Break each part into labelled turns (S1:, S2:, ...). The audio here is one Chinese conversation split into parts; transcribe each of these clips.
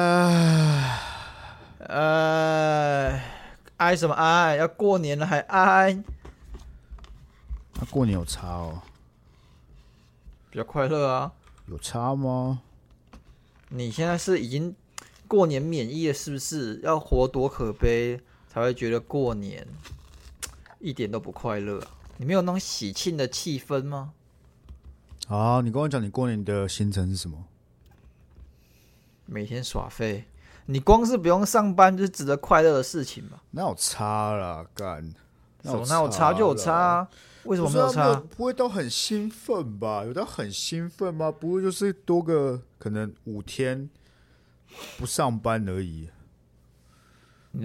S1: 呃
S2: 呃，哀什么哀？要过年了还哀，
S1: 那过年有差哦？
S2: 比较快乐啊！
S1: 有差吗？
S2: 你现在是已经过年免疫了，是不是？要活多可悲才会觉得过年一点都不快乐啊、你没有那种喜庆的气氛吗？
S1: 好，哦你跟我讲你过年的行程是什么？
S2: 每天耍废，你光是不用上班就是值得快乐的事情嘛？
S1: 那有差啦，干。
S2: 什么？那有差就有差、
S1: 啦
S2: 啊，为什么没有
S1: 不是
S2: 差
S1: 啊
S2: 啊？
S1: 不会到很兴奋吧？有到很兴奋吗？不会就是多个可能五天不上班而已。
S2: 你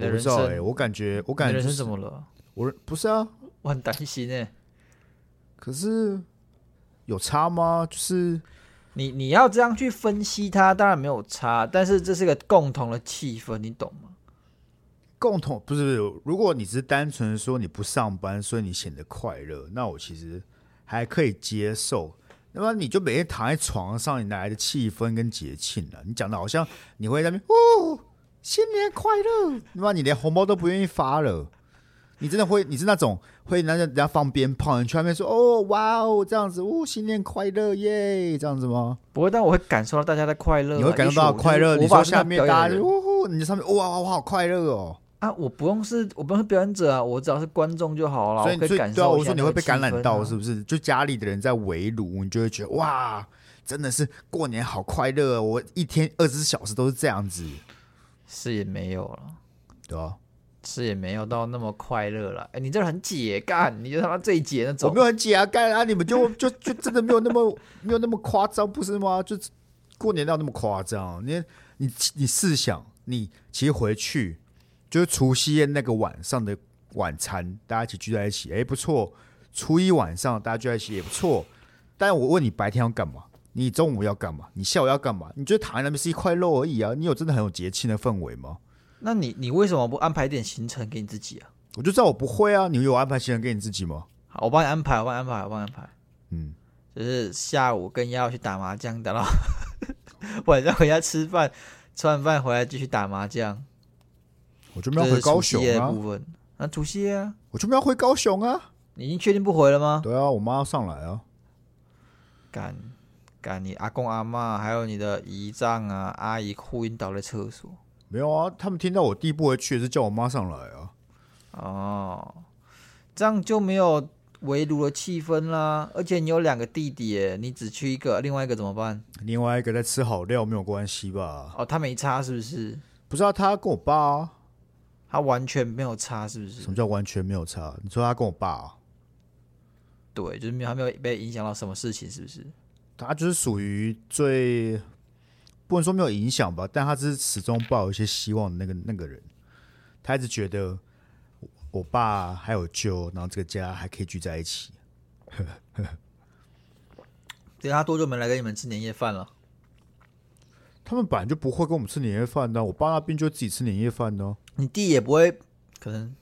S1: 我
S2: 的
S1: 不
S2: 人
S1: 知道
S2: 生，
S1: 哎、我感觉我
S2: 你的
S1: 感觉
S2: 人
S1: 就
S2: 生
S1: 是
S2: 怎么了？
S1: 我不是啊，
S2: 我很担心哎、
S1: 可是有差吗？就是
S2: 你你要这样去分析它，当然没有差，但是这是个共同的气氛，你懂吗？
S1: 共同不是不是，如果你只是单纯说你不上班，所以你显得快乐，那我其实还可以接受。那么你就每天躺在床上，你哪来的气氛跟节庆啊？你讲的好像你会在那边哦，新年快乐，那么你连红包都不愿意发了。你真的会，你是那种会拿着人家放鞭炮，你去外面说哦哇哦这样子，哦新年快乐耶这样子吗？
S2: 不会，但我会感受到大家的快乐啊、
S1: 你会感受到
S2: 也许我就是
S1: 快乐。
S2: 我
S1: 你
S2: 把
S1: 说
S2: 这
S1: 下
S2: 当
S1: 面
S2: 表演
S1: 大
S2: 的
S1: 家
S2: 人
S1: 就哦吼，你上面哇哇哇好快乐哦。
S2: 啊，我不用是，我不用是表演者啊，我只要是观众就好了。
S1: 所以
S2: 我可
S1: 所以
S2: 感
S1: 对啊，
S2: 受
S1: 我
S2: 一下
S1: 说你
S2: 那
S1: 会
S2: 个
S1: 被感
S2: 气
S1: 染
S2: 氛
S1: 到
S2: 啊
S1: 是不是？就家里的人在围炉，你就会觉得哇，真的是过年好快乐、哦，我一天二十四小时都是这样子，
S2: 是也没有了，
S1: 对吧、
S2: 是也没有到那么快乐了。哎，你这很解干，你就他妈最解那
S1: 我
S2: 种
S1: 没。有很解啊，干啊，你们就 就就真的没有那么没有那么夸张，不是吗？就过年哪有那么夸张？你你你试想，你其实回去就是除夕夜那个晚上的晚餐，大家一起聚在一起，哎，不错。初一晚上大家聚在一起也不错，但我问你白天要干嘛？你中午要干嘛？你下午要干嘛？你就躺在那边是一块肉而已啊！你有真的很有节庆的氛围吗？
S2: 那你你为什么不安排点行程给你自己啊？
S1: 我就知道我不会啊！你有安排行程给你自己吗？
S2: 好，我帮你安排，我帮你安排，我帮你安排。
S1: 嗯，
S2: 就是下午跟要去打麻将，打到 晚上回家吃饭，吃完饭回来继续打麻将。
S1: 我就没有
S2: 这是
S1: 回高
S2: 除夕
S1: 雄
S2: 夜的
S1: 啊！
S2: 部分。那除夕夜啊，
S1: 我就没有回高雄啊！
S2: 你已经确定不回了吗？
S1: 对啊，我妈要上来啊。
S2: 干干，你阿公阿妈还有你的姨丈啊阿姨哭晕倒在厕所。
S1: 没有啊，他们听到我弟不回去，也是叫我妈上来啊。
S2: 哦，这样就没有围炉的气氛啦。而且你有两个弟弟耶，你只去一个，另外一个怎么办？
S1: 另外一个在吃好料，没有关系吧？
S2: 哦，他没差是不是？
S1: 不知道、他跟我爸、啊，
S2: 他完全没有差是不
S1: 什
S2: 是？
S1: 么叫完全没有差？你说他跟我爸啊、
S2: 对，就是没有他没有被影响到什么事情是不是？
S1: 他就是属于最不能说没有影响吧，但他是始终抱有一些希望的那个那个人。他一直觉得我我爸还有救，然后这个家还可以聚在一起。
S2: 对，他多久没来跟你们吃年夜饭了？
S1: 他们本来就不会跟我们吃年夜饭的啊、我爸那边就自己吃年夜饭啊呢、
S2: 你弟也不会可能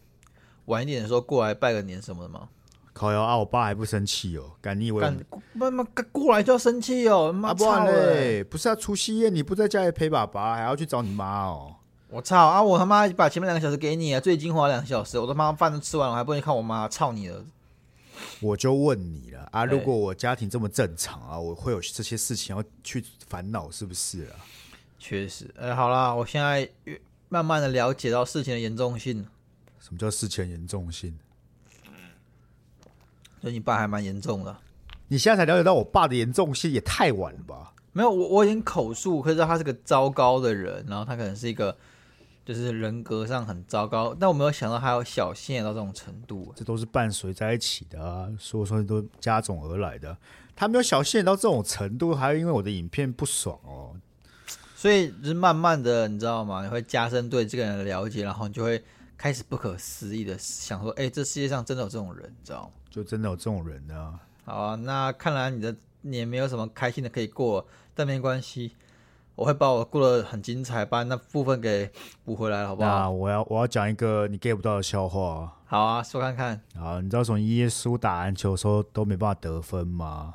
S2: 晚一点的时候过来拜个年什么的吗？
S1: 烤窑啊，我爸还不生气哦，敢你以为我
S2: 干
S1: 们，
S2: 妈妈干过来就要生气哦，妈
S1: 啊不
S2: 操
S1: 然
S2: 嘞！
S1: 嘞，不是啊，除夕夜你不在家里陪爸爸，还要去找你妈哦。
S2: 我操啊！我他妈把前面两个小时给你啊，最精华的两个小时，我他妈饭都吃完了，我还不能看我妈，操你儿子！
S1: 我就问你了啊，
S2: 哎
S1: 如果我家庭这么正常啊，我会有这些事情要去烦恼是不是啊？
S2: 确实，呃，好啦，我现在越慢慢的了解到事情的严重性了，
S1: 什么叫事前严重性？
S2: 就你爸还蛮严重的。
S1: 你现在才了解到我爸的严重性，也太晚了吧？
S2: 没有，我我已经口述，可以知道他是个糟糕的人，然后他可能是一个就是人格上很糟糕，但我没有想到他有小心到这种程度。
S1: 这都是伴随在一起的啊，所有说都加总而来的。他没有小线到这种程度，还因为我的影片不爽哦。
S2: 所以就是慢慢的，你知道吗？你会加深对这个人的了解，然后你就会开始不可思议的想说，哎、这世界上真的有这种人，你知道吗？
S1: 就真的有这种人啊！
S2: 好啊，那看来你的你也没有什么开心的可以过，但没关系，我会把我过得很精彩，把那部分给补回来，好不
S1: 那
S2: 好？
S1: 我要我要讲一个你 get 不到的笑话
S2: 好啊，说看看，
S1: 啊！你知道从耶稣打篮球的时候都没办法得分吗？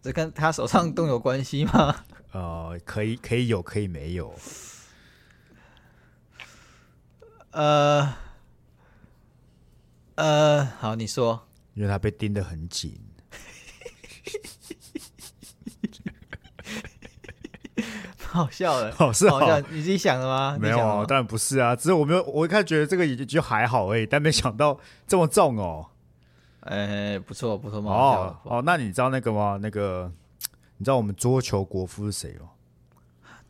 S2: 这这跟他手上动有关系吗？
S1: 呃，可以可以有，可以没有，
S2: 呃，呃，好，你说，
S1: 因为他被盯得很紧。
S2: 好笑了，
S1: 哦， 是
S2: 好笑
S1: 哦，，
S2: 你自己想的吗？你
S1: 没有
S2: 想的哦
S1: 啊，
S2: 吗
S1: 当然不是啊，只是我没有，我一开始觉得这个也就还好而已，但没想到这么重哦。
S2: 哎，不错不错，蛮好笑
S1: 哦
S2: 的。
S1: 哦，那你知道那个吗？那个，你知道我们桌球国父是谁吗？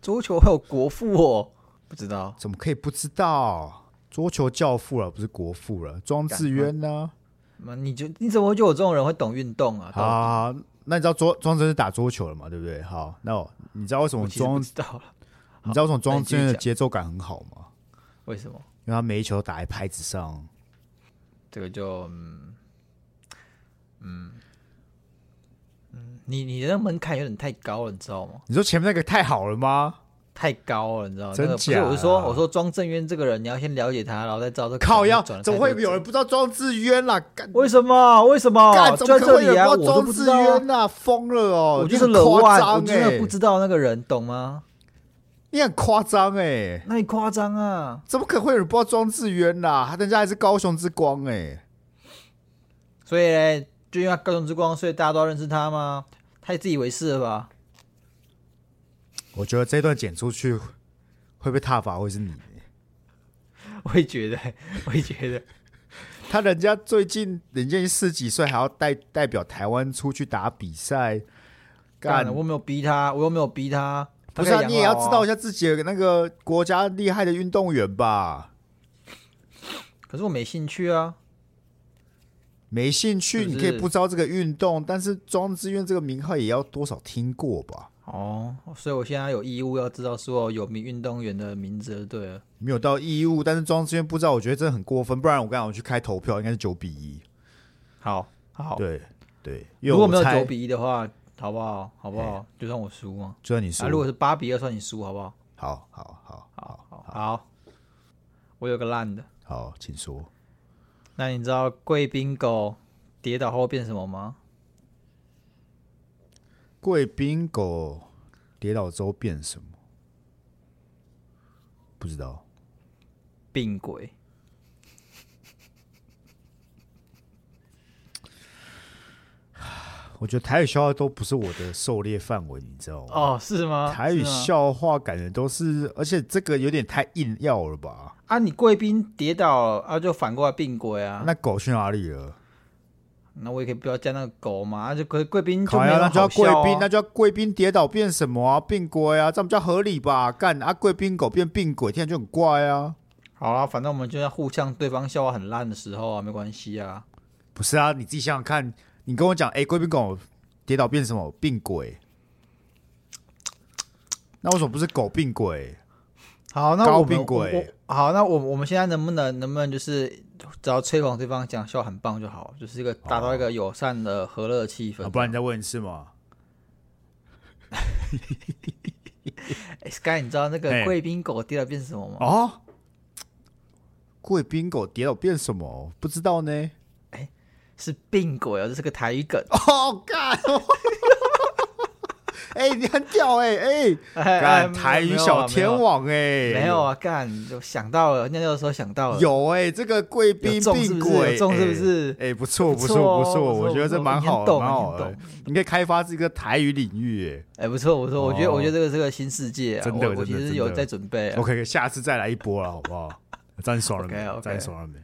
S2: 桌球还有国父哦，不知道
S1: 怎么可以不知道？桌球教父啊了，不是国父了，庄智渊啊呢、
S2: 妈，你就你怎么会觉得我这种人会懂运动啊？
S1: 好
S2: 到
S1: 好，好那你知道庄庄智渊是打桌球了嘛？对不对？好，那我你知道为什
S2: 底
S1: 么
S2: 我其实不
S1: 庄
S2: 知道了，
S1: 你知道为什么
S2: 那
S1: 庄
S2: 你继
S1: 智
S2: 续
S1: 渊的
S2: 讲
S1: 节奏感很好吗？
S2: 为什么？
S1: 因为他每一球都打在拍子上。
S2: 这个就嗯嗯嗯，你你的那个门槛有点太高了，你知道吗？
S1: 你说前面那个太好了吗？
S2: 太高了，你知道吗？
S1: 真
S2: 那个不是，
S1: 假
S2: 我是说，
S1: 啊
S2: 我说庄正渊这个人，你要先了解他，然后再照这
S1: 靠
S2: 要
S1: 呀，怎么会有人？不知道庄智渊啦？干
S2: 嗯为什么？为什么？
S1: 干，
S2: 哦就
S1: 怎么可
S2: 在这
S1: 能会有
S2: 里
S1: 人
S2: 啊，
S1: 不
S2: 我
S1: 知
S2: 都
S1: 道
S2: 不
S1: 庄
S2: 知
S1: 智
S2: 道啊、
S1: 渊啦？疯了哦！
S2: 我
S1: 你
S2: 就是
S1: 很
S2: 冷
S1: 夸
S2: 外，我
S1: 张
S2: 真的
S1: 哎
S2: 不！知道那个人，懂吗？
S1: 你很夸张哎！
S2: 那你夸张啊！
S1: 怎么可能会有人不知道庄智渊啦？他人家还是高雄之光哎！
S2: 所以嘞，就因为他高雄之光，所以大家都要认识他吗？太自以为是了吧？
S1: 我觉得这段剪出去会被踏伐，会是你。
S2: 欸我也觉得， 我也觉得，
S1: 他人家最近人家四十几岁，还要代代表台湾出去打比赛，
S2: 干
S1: 干
S2: 了，我没有逼他，我又没有逼他。
S1: 不是、啊，
S2: 他可以哦养
S1: 你也要
S2: 老
S1: 知道一。下自己的那个国家厉害的运动员吧？
S2: 可是我没兴趣啊。
S1: 没兴趣，
S2: 是不是
S1: 你可以不知道这个运动，但是庄志渊这个名号也要多少听过吧？
S2: 哦，所以我现在有义务要知道所有有名运动员的名字，对了。
S1: 没有到义务，但是庄志渊不知道，我觉得真的很过分。不然我刚才我去开投票，应该是九比一。
S2: 好，好。
S1: 对对，因为
S2: 如果没有
S1: 我猜
S2: 九，比一的话，好不好？好不好？就算我输嘛。
S1: 就算你输
S2: 啊，，如果是八比二，算你输，好不好？
S1: 好好好
S2: 好，好，好。我有个烂的。
S1: 好，请说。
S2: 那你知道贵宾狗跌倒后变什么吗？
S1: 贵宾狗跌倒之后变什么？不知道。
S2: 病鬼。
S1: 我觉得台语笑话都不是我的狩猎范围，你知道吗？
S2: 哦，是吗？
S1: 台语
S2: 是吗
S1: 笑话感觉都是，而且这个有点太硬要了吧？
S2: 啊，你贵宾跌倒了啊，就反过来病鬼啊。那
S1: 那狗去哪里了？
S2: 我也可以不要叫那个狗嘛，啊就贵贵宾就
S1: 烤
S2: 没有
S1: 鸭那
S2: 好
S1: 叫
S2: 笑、
S1: 贵
S2: 啊、
S1: 宾，那叫贵宾跌倒变什么啊？病鬼啊，这样比较合理吧？干啊，贵宾狗变病鬼，听起来就很怪啊。
S2: 好啦，反正我们就要互相对方笑话很烂的时候啊，没关系啊。
S1: 不是啊，你自己想想看，你跟我讲，哎、贵宾狗跌倒变什么病鬼？那为什么不是狗病鬼？
S2: 好，那
S1: 高
S2: 我们
S1: 病鬼
S2: 我我好，那我我们现在能不能能不能就是只要吹捧对方讲笑话很棒就好，就是一个达到一个友善的和乐的气氛。
S1: 啊，不然你再问一次嘛。
S2: 哎，Sky，你知道那个
S1: 哎
S2: 贵宾狗跌倒变什么吗？
S1: 哦，贵宾狗跌倒变什么？不知道呢。
S2: 是病鬼啊，这是个台语梗。
S1: 哦，干！哎、你很屌哎、哎、
S2: 哎
S1: 干台语小天，王哎、
S2: 哎没有啊没有啊没有啊，干就想到了，那个时候想到了，
S1: 有哎、这个贵宾
S2: 有中是
S1: 病
S2: 不是
S1: 鬼
S2: 有中是不
S1: 哎
S2: 是
S1: 哎、不错不
S2: 不
S1: 错
S2: 错哦
S1: 不错，
S2: 不错
S1: 我觉得这
S2: 不错
S1: 蛮好
S2: 你很
S1: 的，
S2: 懂
S1: 蛮好
S2: 你
S1: 的
S2: 很懂。
S1: 你可以开发这个台语领域
S2: 哎、不错不错，我觉得、
S1: 哦
S2: 我觉得这个是个新世界、啊，
S1: 真的
S2: 我我其
S1: 真的
S2: 实
S1: 真
S2: 有
S1: 的
S2: 在准备、
S1: 哎、
S2: 啊。
S1: OK，下次再来一波了，好不 好？这样你爽了没？
S2: OK，OK
S1: 这样你爽了没？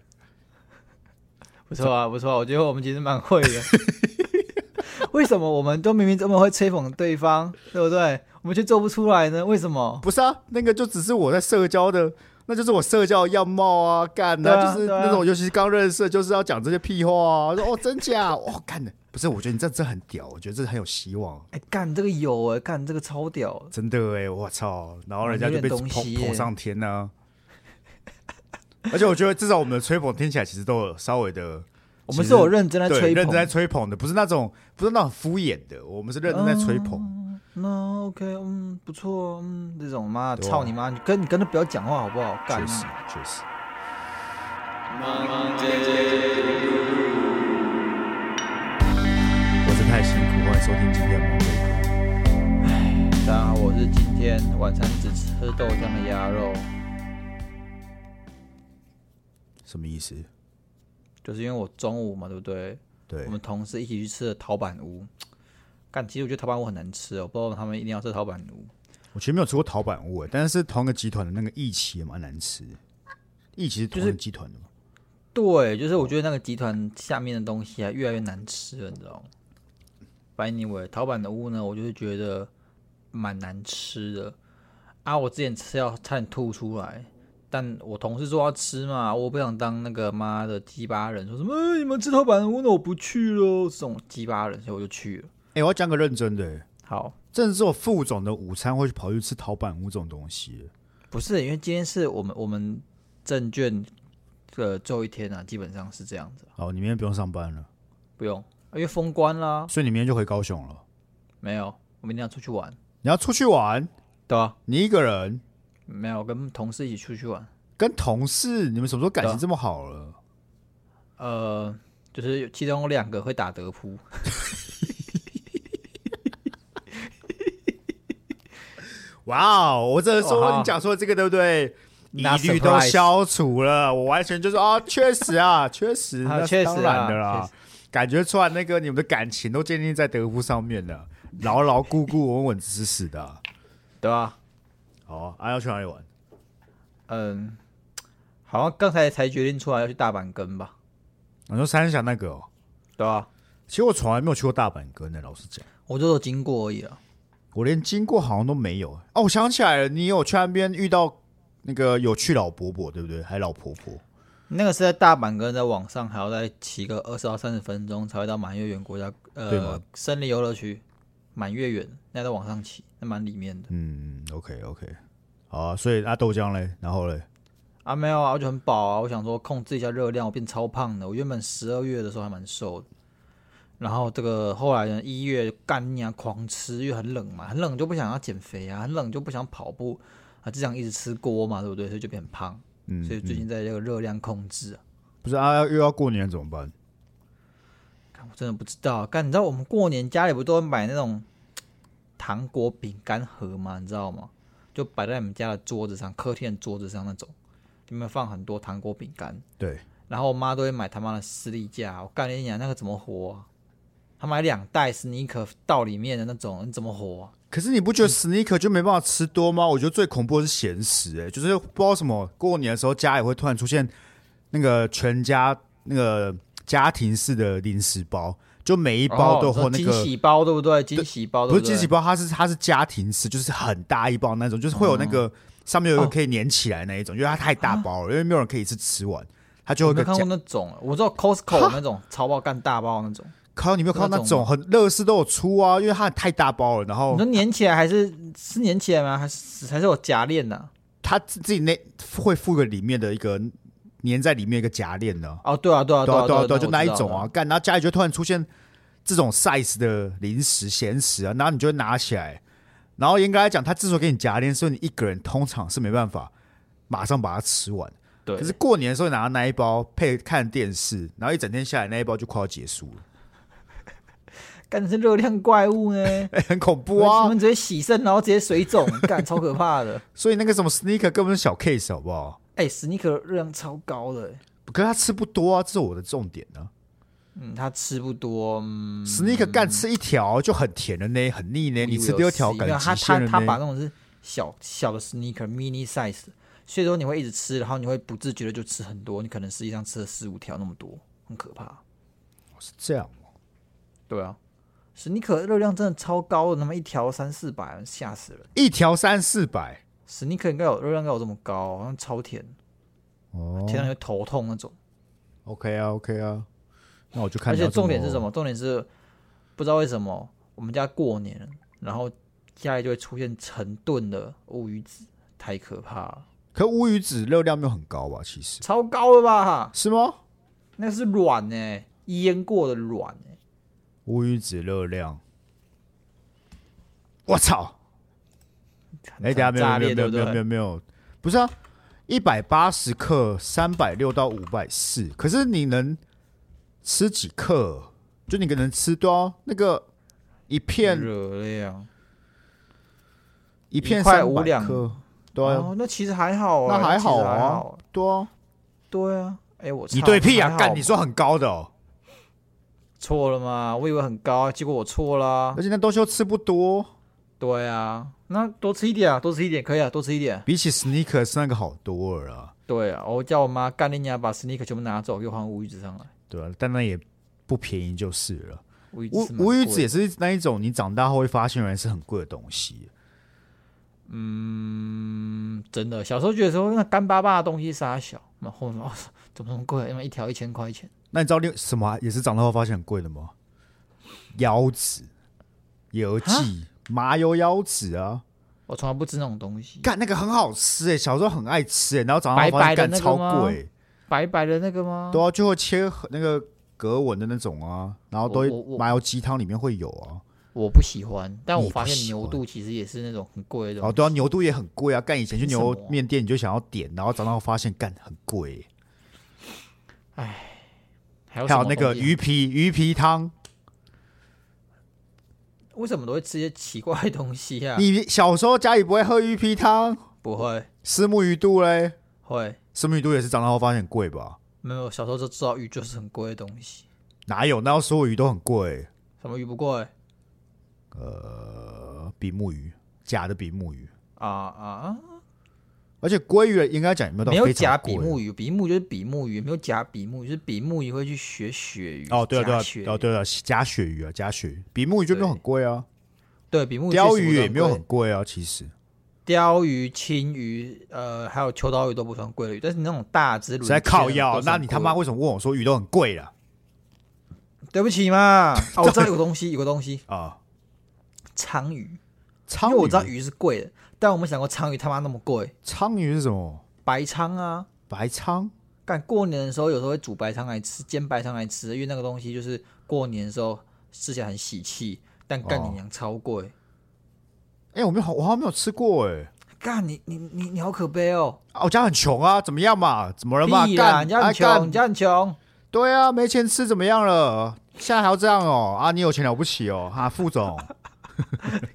S2: 不错啊，不错啊，我觉得我们其实蛮会的。 为什么我们都明明这么会吹捧对方，对不对？我们却做不出来呢？为什么？
S1: 不是啊，那个就只是我在社交的，那就是我社交的样貌啊，干的、
S2: 对啊
S1: 就是
S2: 对啊
S1: 那种，尤其是刚认识的，就是要讲这些屁话啊， 说哦真假，哦干的，不是，我觉得你这真很屌，我觉得这很有希望，
S2: 哎，干这个有哎，干这个超屌，
S1: 真的哎、我操，然后人家就被
S2: 有点
S1: 捧
S2: 东西耶
S1: 捧上天呢、 而且我觉得至少我们的吹捧听起来其实都有稍微的，
S2: 我们
S1: 其
S2: 是
S1: 实
S2: 有认真在
S1: 对，
S2: 吹
S1: 认真在
S2: 捧。
S1: 吹捧的，不是那种不是那种敷衍的，我们是认真在吹
S2: 哦
S1: 捧。
S2: 那 OK，嗯，不错，嗯，这种妈，
S1: 对啊
S2: 操你妈！你跟你跟他不要讲话好不好？干
S1: 确，
S2: 啊
S1: 实，确实。我是太辛苦，欢迎收听今天的《忙
S2: 大家好，我是今天晚餐只吃豆浆的鸭肉，
S1: 什么意思？
S2: 就是因为我中午嘛，对不对？
S1: 对
S2: 我，们同事一起去吃的陶板屋，干，其实我觉得陶板屋很难吃哦，我不知道为什么他们一定要吃陶板屋。
S1: 我其实没有吃过陶板屋、欸，但是是同一个集团的那个义旗也蛮难吃。义旗是同一个集团的嘛？
S2: 对，就是我觉得那个集团下面的东西啊，越来越难吃了，你知道吗？反正 anyway，陶板的屋呢，我就是觉得蛮难吃的啊。我之前吃要差点吐出来，但我同事说要吃嘛，我不想当那个妈的鸡巴人，说什么、哎你们吃陶板的屋，那我不去喽，这种鸡巴人，所以我就去了。
S1: 哎、我要讲个认真的、欸，
S2: 好，
S1: 真的是我副总的午餐会跑去吃陶板屋这种东西、
S2: 不是，因为今天是我们我们证券的最后一天啊，基本上是这样子，
S1: 哦，你明天不用上班了，
S2: 不用，因为封关啦，
S1: 所以你明天就回高雄了。
S2: 没有，我明天要出去玩，
S1: 你要出去玩，
S2: 对啊，
S1: 你一个人
S2: 没有，我跟同事一起出去玩，
S1: 跟同事，你们什么时候感
S2: 对
S1: 情
S2: 啊
S1: 这么好了？
S2: 呃，就是有其中有两个会打德扑，
S1: 哇哦，我真的
S2: 哇
S1: 说
S2: 哈
S1: 你讲说这个对不对？疑
S2: Not
S1: 虑都
S2: surprised
S1: 消除了，我完全就是哦，确实 啊，确实，
S2: 啊
S1: 那是
S2: 确实
S1: 当然
S2: 啊
S1: 的啦
S2: 确实，
S1: 感觉出来那个你们的感情都建立在德芙上面了，牢牢固固、稳稳死死的啊。
S2: 对吧？
S1: 好啊啊，要去哪里玩？
S2: 嗯，好像刚才才决定出来要去大阪跟吧，
S1: 你说三峡那个、哦，
S2: 对啊吧？
S1: 其实我从来没有去过大阪哥呢，老实讲，
S2: 我就有经过而已啊，
S1: 我连经过好像都没有。哦，我想起来了，你有去那边遇到那个有趣老伯伯，对不对？还老婆婆，
S2: 那个是在大阪跟在网上还要再骑个二十到三十分钟才会到满月园国家
S1: 对
S2: 呃
S1: 吗
S2: 森林游乐区，满月园那在网上骑，那蛮里面的。
S1: 嗯，OK OK，好啊，所以那、豆浆嘞，然后嘞，
S2: 啊，没有啊，我就很饱啊，我想说控制一下热量，我变超胖的。我原本十二月的时候还蛮瘦的，然后这个后来呢，一月干呀狂吃，因为很冷嘛，很冷就不想要减肥啊，很冷就不想跑步啊，只想一直吃锅嘛，对不对？所以就变很胖，
S1: 嗯，
S2: 所以最近在这个热量控制啊，
S1: 不是啊，又要过年怎么办？
S2: 干我真的不知道。啊干，你知道我们过年家里不都会买那种糖果饼干盒吗？你知道吗？就摆在你们家的桌子上，客厅的桌子上那种，里面放很多糖果饼干。
S1: 对，
S2: 然后我妈都会买他妈的士力架，我干你娘，那个怎么活、啊？她买两袋史尼克倒里面的那种，你怎么活、啊？
S1: 可是你不觉得 sneaker 就没办法吃多吗？我觉得最恐怖的是咸食、哎，就是不知道什么过年的时候家里会突然出现那个全家那个家庭式的零食包，就每一包都
S2: 哦
S1: 有那
S2: 你说
S1: 个。
S2: 惊喜包，对不对？惊喜包
S1: 不
S2: 对
S1: 是
S2: 对，
S1: 惊喜包，它是它是家庭式，就是很大一包那种，就是会有那个、上面有一
S2: 哦
S1: 个可以粘起来那一种，因为它太大包了，因为没有人可以一次吃完，它就
S2: 我
S1: 会
S2: 没有
S1: 跟
S2: 看过那种，我知道 Costco 有那种超爆干大包那种，
S1: 靠，你没有看到那种
S2: 那种
S1: 很乐事都有出啊，因为它太大包了，然
S2: 你
S1: 后
S2: 说粘起来还是是粘起来吗？还是还是有夹链呢、
S1: 它自己那会附个里面的一个粘在里面一个夹链呢，
S2: 哦，对啊，对啊，
S1: 对
S2: 啊，
S1: 啊
S2: 对
S1: 对
S2: 啊，
S1: 啊对啊，就
S2: 我
S1: 那一
S2: 知道
S1: 种啊，。干，然后家里就突然出现这种 size 的零食咸食啊，然后你就会拿起来，然后严格来讲，它之所以给你夹链，是因为你一个人通常是没办法马上把它吃完。
S2: 对，
S1: 可是过年的时候拿到那一包配看电视，然后一整天下来那一包就快要结束了，
S2: 干你是热量怪物呢、
S1: 哎、很恐怖
S2: 你
S1: 啊！
S2: 们直接洗肾，然后直接 水肿，干超可怕的。
S1: 所以那个什么 sneaker 根本是小 case 好不好？
S2: 哎、史尼克热量超高的、
S1: 可是他吃不多啊，这是我的重点呢、
S2: 嗯，他吃不多，嗯，
S1: sneaker 干吃一条就很甜了呢，很腻呢，你吃第二条感
S2: 哎没有
S1: 觉
S2: 他
S1: 极
S2: 他
S1: 限了
S2: 他把
S1: 呢。
S2: 那种是小小的 sneaker mini size，所以说你会一直吃，然后你会不自觉的就吃很多，你可能实际上吃了四五条那么多，很可怕。
S1: 是这样哦，
S2: 对啊，史尼克热量真的超高的，那么一条三四百，吓死人。
S1: 一条三四百
S2: 史尼克应该有热量应该有这么高，好像超甜，
S1: 哦
S2: 甜到你会头痛那种。
S1: ，OK 啊，OK 啊，那我就看。
S2: 而且重点是什？么？重点是不知道为什么我们家过年了，然后家里就会出现成吨的乌鱼子，太可怕了，
S1: 可乌鱼子热量没有很高吧？其实
S2: 超高了吧？
S1: 是吗？
S2: 那是卵呢、腌过的卵欸
S1: 乌鱼子热量，我操！哎、等一下没
S2: 炸
S1: 有
S2: 裂
S1: 没
S2: 对
S1: 有
S2: 不
S1: 没有没有没
S2: 对？
S1: 有没有，不是啊，一百八十克，三百六到五百四，可是你能吃几克？
S2: 啊
S1: 就你可能吃多那个一片
S2: 热量
S1: 一片
S2: 块
S1: 三
S2: 五
S1: 百
S2: 两
S1: 克，对啊，
S2: 哦，那其实还好、欸，
S1: 那还
S2: 其实好
S1: 好啊对啊，
S2: 对啊，哎、我
S1: 你
S2: 操
S1: 对屁啊！
S2: 还
S1: 干，
S2: 好
S1: 你说很高的哦，
S2: 错了吗？我以为很高，结果我错啦
S1: 而。且那东西又吃不多，
S2: 对啊，那多吃一点啊，多吃一点可以啊，多吃一点。
S1: 比起 sneakers 那个好多了啦，
S2: 对啊，我叫我妈干你娘，把 sneaker 全部拿走，给我换乌鱼子上来。
S1: 对啊，但那也不便宜就是了。
S2: 乌鱼
S1: 无
S2: 子
S1: 无鱼
S2: 鱼
S1: 子也是那一种，你长大后会发现原来是很贵的东西。
S2: 嗯，真的，小时候觉得说那干巴巴的东西傻小，那后面哦 怎么那么贵？因为一条一千块钱。
S1: 那你知道另什么啊也是长大后发现很贵的吗？腰子、油记、
S2: 啊
S1: 麻油腰子啊，
S2: 我从来不吃那种东西，
S1: 干那个很好吃哎、小时候很爱吃哎、然后长大
S2: 白
S1: 后发
S2: 白
S1: 现干
S2: 的那个
S1: 超
S2: 吗
S1: 贵、
S2: 白白的那个吗？
S1: 对啊，就会切那个格纹的那种啊，然后都
S2: 我我
S1: 会
S2: 我
S1: 麻油鸡汤里面会有啊。
S2: 我不喜欢，但
S1: 你
S2: 我发
S1: 不
S2: 现
S1: 喜
S2: 牛
S1: 欢
S2: 肚其实也是那种很贵的东
S1: 哦，
S2: 西。
S1: 对啊，牛肚也很贵啊。干以前去
S2: 凭什
S1: 牛
S2: 么
S1: 肉面店，你就想要点，然后长大后发现干很贵。
S2: 还有
S1: 还
S2: 什
S1: 有
S2: 么
S1: 那个
S2: 东西啊
S1: 鱼皮鱼皮汤，
S2: 为什么都会吃一些奇怪的东西啊？
S1: 你小时候家里不会喝鱼皮汤，
S2: 不会，
S1: 石目鱼肚嘞，
S2: 会
S1: 石目鱼肚也是长大后发现很贵吧？
S2: 没有小时候就知道鱼就是很贵的东西，
S1: 哪有？那所有鱼都很贵，
S2: 什么鱼不贵
S1: 呃，比目鱼，假的比目鱼，
S2: 啊啊？
S1: 而且鲑鱼应该讲有没有到
S2: 没有
S1: 非常
S2: 假
S1: 贵啊
S2: 比目鱼，比目就是比目鱼，没有假比目鱼，就是比目鱼会去学鳕鱼
S1: 哦，对啊，对
S2: 假
S1: 啊
S2: 鳕，鱼
S1: 哦，对啊，加鳕鱼啊，加鳕鱼，比目鱼就没有很贵啊，
S2: 对比目鱼
S1: 鲷
S2: 确实不
S1: 鱼
S2: 是
S1: 也没有
S2: 贵
S1: 很贵啊，其实。
S2: 鲷鱼、青鱼，呃，还有秋刀鱼都不算贵的鱼，但是那种大只
S1: 实
S2: 轮
S1: 在靠
S2: 圈
S1: 腰
S2: 都，
S1: 那
S2: 算
S1: 你
S2: 贵
S1: 他妈为什么问我说鱼都很贵了
S2: 对不起嘛？哦，我知道有个东西，有个东西，
S1: 啊？
S2: 鲳鱼，因
S1: 鲳
S2: 为
S1: 鱼，
S2: 我知道鱼是贵的，但我没想过鲳鱼他妈那么贵，
S1: 鲳鱼是什么？
S2: 白鲳啊，
S1: 白鲳
S2: 干过年的时候，有时候会煮白鲳来吃，煎白鲳来吃，因为那个东西就是过年的时候吃起来很喜气。但干
S1: 哦
S2: 你娘超贵，
S1: 哎、我没有，我好像没有吃过哎、
S2: 干你你你你好可悲哦！
S1: 啊，我家很穷啊，怎么样嘛？怎么了嘛？
S2: 屁啦，
S1: 干，
S2: 你家很
S1: 哎
S2: 穷，
S1: 干
S2: 你家很穷，
S1: 对啊，没钱吃怎么样了？现在还要这样哦？啊，你有钱了不起哦？哈、副总，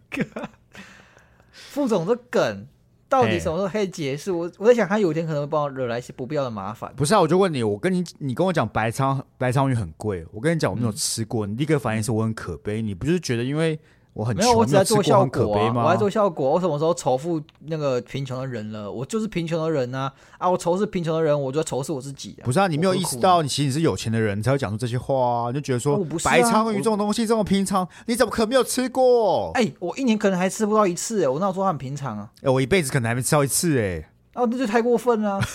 S2: 副总这梗到底
S1: 哎
S2: 什么时候可以结束？我我在想，他有一天可能会帮我惹来一些不必要的麻烦。
S1: 不是啊，我就问你，我跟你，你跟我讲白鲳，白鲳鱼很贵，我跟你讲我没
S2: 嗯
S1: 有吃过，你第一个反应是我很可悲，你不是觉得因为我很
S2: 没有，
S1: 穷，
S2: 我只在
S1: 吃
S2: 做
S1: 过
S2: 效
S1: 很可
S2: 果、
S1: 悲
S2: 啊，
S1: 吗？
S2: 我在做效果。我什么时候仇富那个贫穷的人了？我就是贫穷的人呐、啊！我仇视贫穷的人，我就仇视我自己啊！
S1: 不是啊，你没有
S2: 我何
S1: 意
S2: 苦
S1: 识
S2: 呢
S1: 到，你其实你是有钱的人，你才会讲出这些话啊！你就觉得说，
S2: 我不是啊
S1: 白鲳
S2: 我
S1: 鱼这种东西这么平常，你怎么可能没有吃过？哎、
S2: 哎、我一年可能还吃不到一次、哎，我那我说很平常啊。
S1: 我一辈子可能还没吃到一次哎、
S2: 哦，那就太过分了、啊，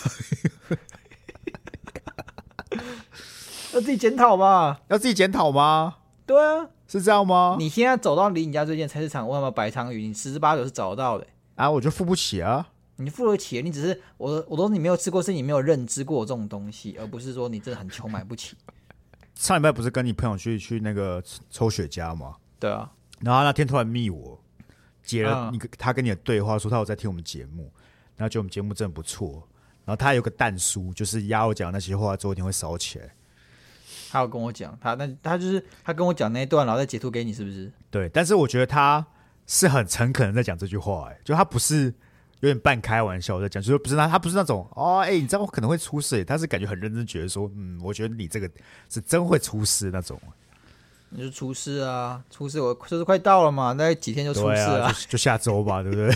S2: 要自己检讨吧。
S1: 要自己检讨吗？
S2: 对啊，
S1: 是这样吗？
S2: 你现在走到离你家最近的菜市场，问有没有白鲳鱼，你十之八九是找得到的。欸
S1: 啊，我就付不起啊！
S2: 你付得起，你只是我我都是你没有吃过，是你没有认知过这种东西，而不是说你真的很穷买不起。
S1: 上礼拜不是跟你朋友去去那个抽雪茄吗？
S2: 对啊，
S1: 然后他那天突然密我，截了
S2: 嗯
S1: 你、他跟你的对话，说他有在听我们节目，然后觉得我们节目真的不错。然后他有个蛋叔，就是压我讲的那些话，之后一定会烧起来。
S2: 他有跟我讲，他那他就是他跟我讲那一段，然后再截图给你，是不是？
S1: 对，但是我觉得他是很诚恳的在讲这句话、哎，就他不是有点半开玩笑在讲，就是不是他他不是那种哦，哎、你知道我可能会出事，他是感觉很认真，觉得说，嗯，我觉得你这个是真会出事那种，
S2: 你就出事啊，出事我就是快到了嘛，大概几天就出
S1: 对
S2: 事了、
S1: 啊，就就下周吧，对不 对？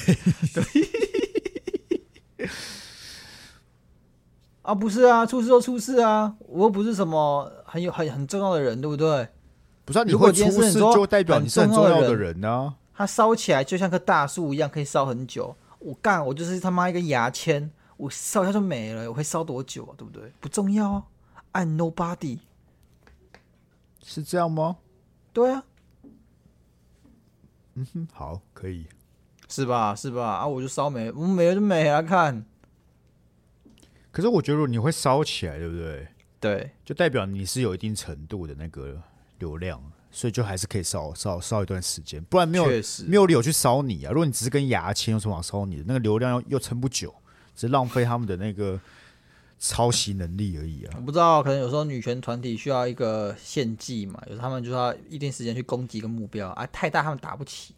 S2: 啊，不是啊，出事就出事啊，我又不是什么很有很很重要的人，对不对？
S1: 不是、啊、你
S2: 如果
S1: 会
S2: 今天
S1: 出
S2: 是你
S1: 事，
S2: 说
S1: 就代表你是很
S2: 很
S1: 重
S2: 重要
S1: 要
S2: 的
S1: 的人啊呢、
S2: 它烧起来就像棵大树一样，可以烧很久。我干，我就是他妈一根牙签，我烧一下就没了，我会烧多久啊？对不对？不重要啊，I'm nobody。
S1: 是这样吗？
S2: 对啊，
S1: 嗯，好，可以。
S2: 是吧？是吧？啊，我就烧没，我没了就没了，看。
S1: 可是我觉得如果你会烧起来，对不对？
S2: 对，
S1: 就代表你是有一定程度的那个流量，所以就还是可以烧烧烧一段时间，不然没有
S2: 确实
S1: 没有理由去烧你啊！如果你只是跟牙签有什么好烧你的，那个流量又又撑不久，只是浪费他们的那个 抄袭能力而已啊！
S2: 我不知道，可能有时候女权团体需要一个献祭嘛，有时候他们就要一定时间去攻击一个目标啊，太大他们打不起，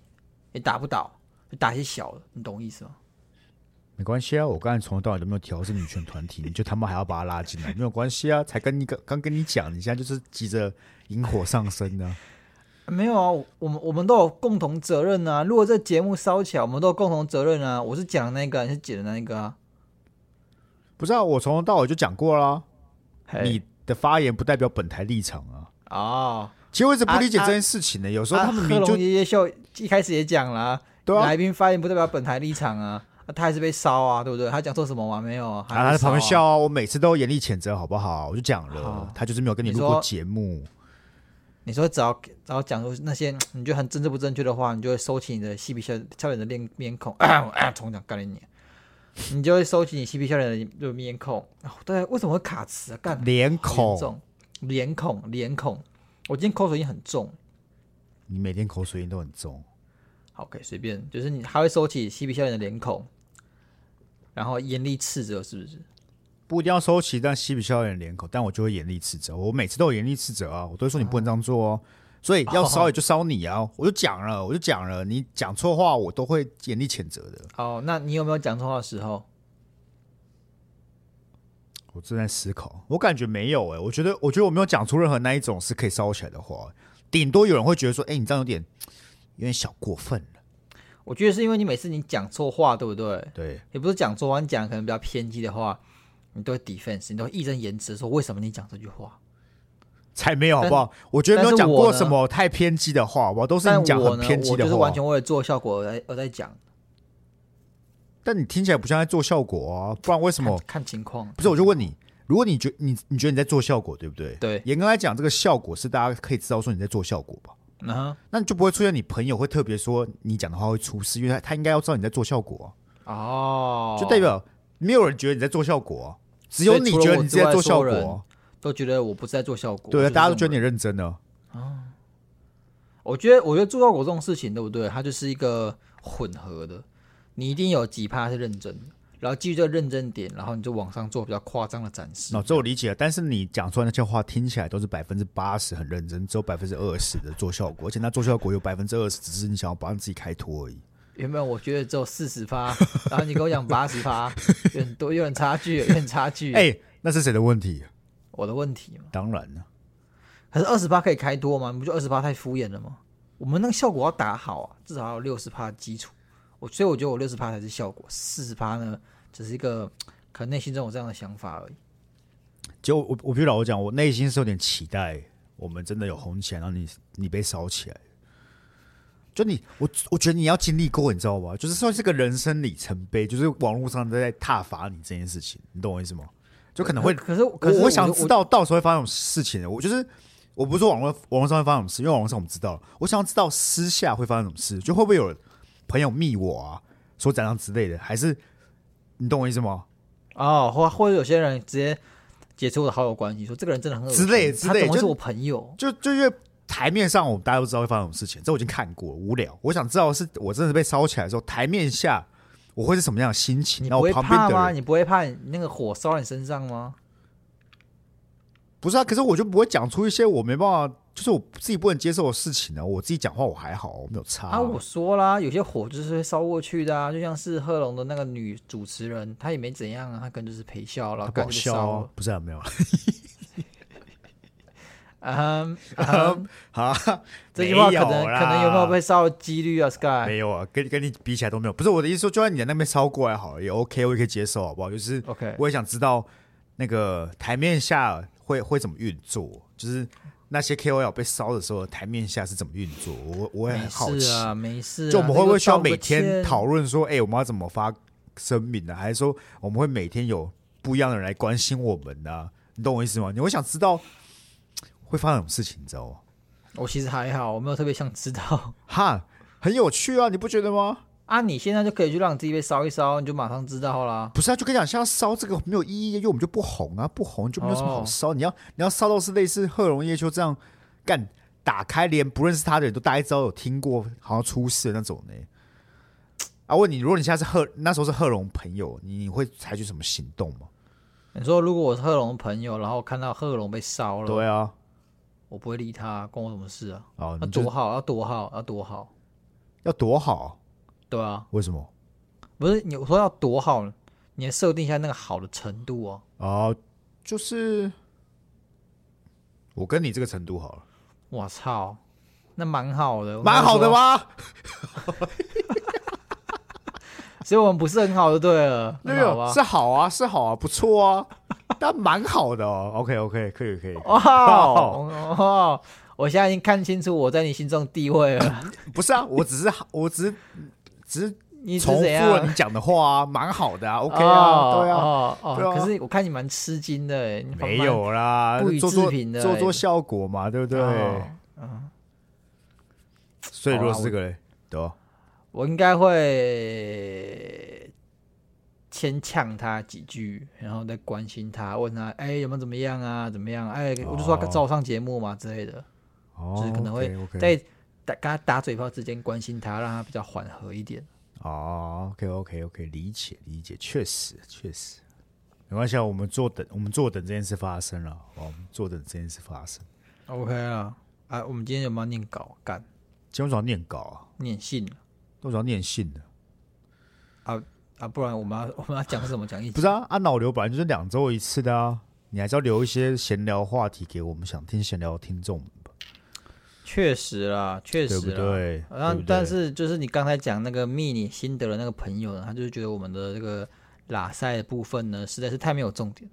S2: 也打不倒，打一些小的，你懂意思吗？
S1: 没关系啊，我刚才从头到尾都没有提到是女权团体，你就他妈还要把他拉进 来，没有关系啊，才跟你刚刚跟你讲，你现在就是急着引火上身啊呢、
S2: 没有啊，我们我们都有共同责任啊。如果这节目烧起来，我们都有共同责任啊。我是讲那个啊，你是解的那个啊。
S1: 不是啊，我从头到尾就讲过啦、
S2: 嘿
S1: 你的发言不代表本台立场啊。
S2: 哦，
S1: 其实我一直不
S2: 啊
S1: 理解
S2: 啊
S1: 这件事情呢、有时候
S2: 啊
S1: 他们
S2: 贺
S1: 明明就、
S2: 龙爷爷秀一开始也讲了、啊，
S1: 对啊
S2: 来宾发言不代表本台立场啊，啊他还是被烧啊，对不对？他讲错什么吗？没有啊，
S1: 啊，他
S2: 还
S1: 在
S2: 是被烧
S1: 旁
S2: 啊
S1: 边笑。啊，我每次都严厉谴责，好不好？我就讲了
S2: 好，
S1: 他就是没有跟你
S2: 你
S1: 录过
S2: 说
S1: 节目。
S2: 你说只要只要讲出那些 你觉得很政治不正确的话，你就会收起你的嬉皮笑笑脸的面面孔， 重讲干了你，你就会收起你嬉皮笑脸的面孔。哦对，为什么会卡词啊？干
S1: 脸
S2: 好严
S1: 孔，
S2: 重，脸孔脸孔，我今天口水音很重。
S1: 你每天口水音都很重。
S2: 好 OK，随便，就是你还会收起嬉皮笑脸的脸孔，然后严厉斥责，是不是？
S1: 不一定要收起，但嬉皮笑脸的脸孔，但我就会严厉斥责。我每次都有严厉斥责啊，我都会说你不能这样做哦。所以要烧也就烧你啊，我就讲了，我就讲了，你讲错话我都会严厉谴责的。
S2: 哦，那你有没有讲错话的时候？
S1: 我正在思考，我感觉没有哎、我觉得我觉得我没有讲出任何那一种是可以烧起来的话、顶多有人会觉得说，哎、你这样有点有点小过分了。
S2: 我觉得是因为你每次你讲错话，对不对？
S1: 对，
S2: 也不是讲错话，你讲可能比较偏激的话，你都会 defense，你都会义正言辞地说为什么你讲这句话。
S1: 才没有好不好？我觉得没有讲过什么太偏激的话，好不好？都是
S2: 但
S1: 你讲
S2: 我
S1: 很
S2: 呢，
S1: 偏激
S2: 我
S1: 的
S2: 就是
S1: 话
S2: 完。全为了做效果而在而在讲，
S1: 但你听起来不像在做效果啊，不然为什
S2: 看
S1: 么？
S2: 看情况。
S1: 不是，我就问你，如果你觉你你觉得你在做效果，对不对？
S2: 对，
S1: 严格来讲，这个效果是大家可以知道说你在做效果吧？
S2: 嗯哼，
S1: 那你就不会出现你朋友会特别说你讲的话会出事，因为他他应该要知道你在做效果、
S2: 哦
S1: 啊，，就代表没有人觉得你在做效果、啊，只有
S2: 所
S1: 你
S2: 以除了
S1: 觉得
S2: 我
S1: 你
S2: 之
S1: 是在
S2: 外
S1: 做效
S2: 所有
S1: 果
S2: 人
S1: 啊、
S2: 都觉得我不是在做效果。
S1: 对啊，
S2: 就是
S1: 大家都
S2: 这种
S1: 觉得你认真了。
S2: 我觉得，我觉得做效果这种事情，对不对？它就是一个混合的，你一定有几趴是认真的，然后基于这个认真点，然后你就往上做比较夸张的展示。
S1: 那、这我理解了，但是你讲出来那些话听起来都是百分之八十很认真，只有百分之二十的做效果，而且那做效果有百分之二十只是你想要帮自己开脱而已。
S2: 原本我觉得只有四十趴，然后你跟我讲八十 趴，有点多，有点差距，有点差距。
S1: 哎、那是谁的问题？
S2: 我的问题嘛，
S1: 当然了，
S2: 可是二十趴可以开多吗？你不就二十趴太敷衍了吗？我们那个效果要打好啊，至少要有六十趴的基础。我所以我觉得我六十趴才是效果，四十趴呢只是一个可能内心中有这样的想法而已。
S1: 结果我我必须老实讲，我内心是有点期待我们真的有红起来，然后你你被烧起来。就你，我我觉得你要经历过，你知道吗？就是算是个人生里程碑，就是网络上都在挞伐你这件事情，你懂我意思吗？就可能会
S2: 可是呃可是
S1: 我我想知
S2: 我
S1: 道到时候会发生什么事情。我就是我不是说网络网络上会发生什么事，因为网络上我们知道了。我想要知道私下会发生什么事，就会不会有朋友密我啊，说怎样之类的，还是你懂我意思吗？
S2: 哦，或或者有些人直接解除我的好友关系，说这个人真的很恶心
S1: 之类之
S2: 他
S1: 类
S2: 怎么会
S1: 就是
S2: 我朋友？
S1: 就就因为台面上我们大家都知道会发生什么事情，这我已经看过了，无聊。我想知道是我真的被烧起来的时候，台面下我会是什么样的心情？
S2: 你
S1: 然
S2: 不
S1: 后
S2: 会
S1: 我旁边
S2: 怕
S1: 的
S2: 吗？
S1: 人
S2: 你不会怕你那个火烧到你身上吗？
S1: 不是啊，可是我就不会讲出一些我没办法，就是我自己不能接受的事情呢、我自己讲话我还好，我没有差、
S2: 啊，我说啦，有些火就是会烧过去的啊，就像是贺龙的那个女主持人，她也没怎样啊，她可能就是陪笑，然
S1: 他
S2: 后
S1: 不
S2: 盖
S1: 好
S2: 就
S1: 笑、
S2: 烧
S1: 啊
S2: 了。，
S1: 不是、啊、没有啊。
S2: 嗯，
S1: 嗯
S2: 嗯
S1: 好，
S2: 这句话可能
S1: 没有啦
S2: 可能有没有被烧的几率啊，Sky？
S1: 没有啊，跟跟你比起来都没有。不是我的意思说，就算你在那边烧过来好了，也 OK，我也可以接受，好不好？就是
S2: OK，
S1: 我也想知道那个台面下会会怎么运作，就是那些 KOL 被烧的时候，台面下是怎么运作，我我也
S2: 没
S1: 很好奇。
S2: 事啊，没事啊。
S1: 就我们
S2: 那
S1: 会不
S2: 就
S1: 会需要
S2: 道个
S1: 每天
S2: 歉
S1: 讨论说，哎、我们要怎么发声明啊呢、还是说我们会每天有不一样的人来关心我们呢、你懂我意思吗？你会想知道会发生什么事情，你知道吗？
S2: 我其实还好，我没有特别想知道。
S1: 哈，很有趣啊，你不觉得吗？
S2: 啊，你现在就可以去让你自己被烧一烧，你就马上知道啦。
S1: 不是啊，就跟你讲，现在烧这个没有意义，因为我们就不红啊，不红就没有什么好烧。你要你要烧到是类似贺龙叶秋这样干打开，连不认识他的人都大家知道有听过，好像出事的那种呢。啊，问你，如果你现在是贺那时候是贺龙朋友，你你会采取什么行动吗？
S2: 你说如果我是贺龙的朋友，然后看到贺龙被烧了，
S1: 对啊，
S2: 我不会理他，关我什么事啊？
S1: 哦，
S2: 要
S1: 你就
S2: 多好，要多好，要多好。
S1: 要多好，
S2: 对啊，
S1: 为什么？
S2: 不是你说要多好，你要设定一下那个好的程度哦。
S1: 哦，就是我跟你这个程度好了，
S2: 我操，那蛮好的，我
S1: 蛮好的
S2: 跟你
S1: 吗？
S2: 说？所以我们不是很好就对了，
S1: 那
S2: 很好
S1: 个
S2: 吧？
S1: 是好啊，是好啊，不错啊， 但蛮好的哦。OK OK，可以可以，
S2: 哦哦，我现在已经看清楚我在你心中的地位了。
S1: 不是啊，我只是我只是只是
S2: 你是
S1: 重复
S2: 怎样
S1: 了你讲的话啊，蛮好的啊，OK 啊，对啊，
S2: 哦哦
S1: 对啊
S2: 可是我看你蛮吃惊的哎，你
S1: 没有啦，
S2: 不予
S1: 做
S2: 置
S1: 做
S2: 评的
S1: 做
S2: 欸
S1: 做效果嘛，对不对？
S2: 哦
S1: 所以如果
S2: 好啊啦
S1: 是这个嘞，对吧？
S2: 我应该会先呛他几句，然后再关心他，问他哎、有没有怎么样啊，怎么样啊？哎、我就说
S1: 哦
S2: 找我上节目嘛之类的，
S1: 哦
S2: 就是可能会
S1: OK，OK
S2: 在打跟他打嘴炮之间关心他，让他比较缓和一点。
S1: 哦，OK OK OK，理解理解，确实确实，没关系，啊，我们坐等我们坐等这件事发生了，哦我们坐等这件事发生。
S2: OK 啊，啊，我们今天有没有念稿干
S1: 今天我早上念稿啊，
S2: 念信啊
S1: 我早上念信的，
S2: 啊？不然我们要 我们要讲什么讲一集？
S1: 不是啊，按脑流本来就是两周一次的啊，你还是要留一些闲聊话题给我们想听闲聊的听众吧，
S2: 确实啦，确实
S1: 对
S2: 啦。
S1: 不对？
S2: 然
S1: 对
S2: 后
S1: 不，对
S2: 但是就是你刚才讲那个密你心得的那个朋友呢，他就是觉得我们的这个拉塞的部分呢，实在是太没有重点。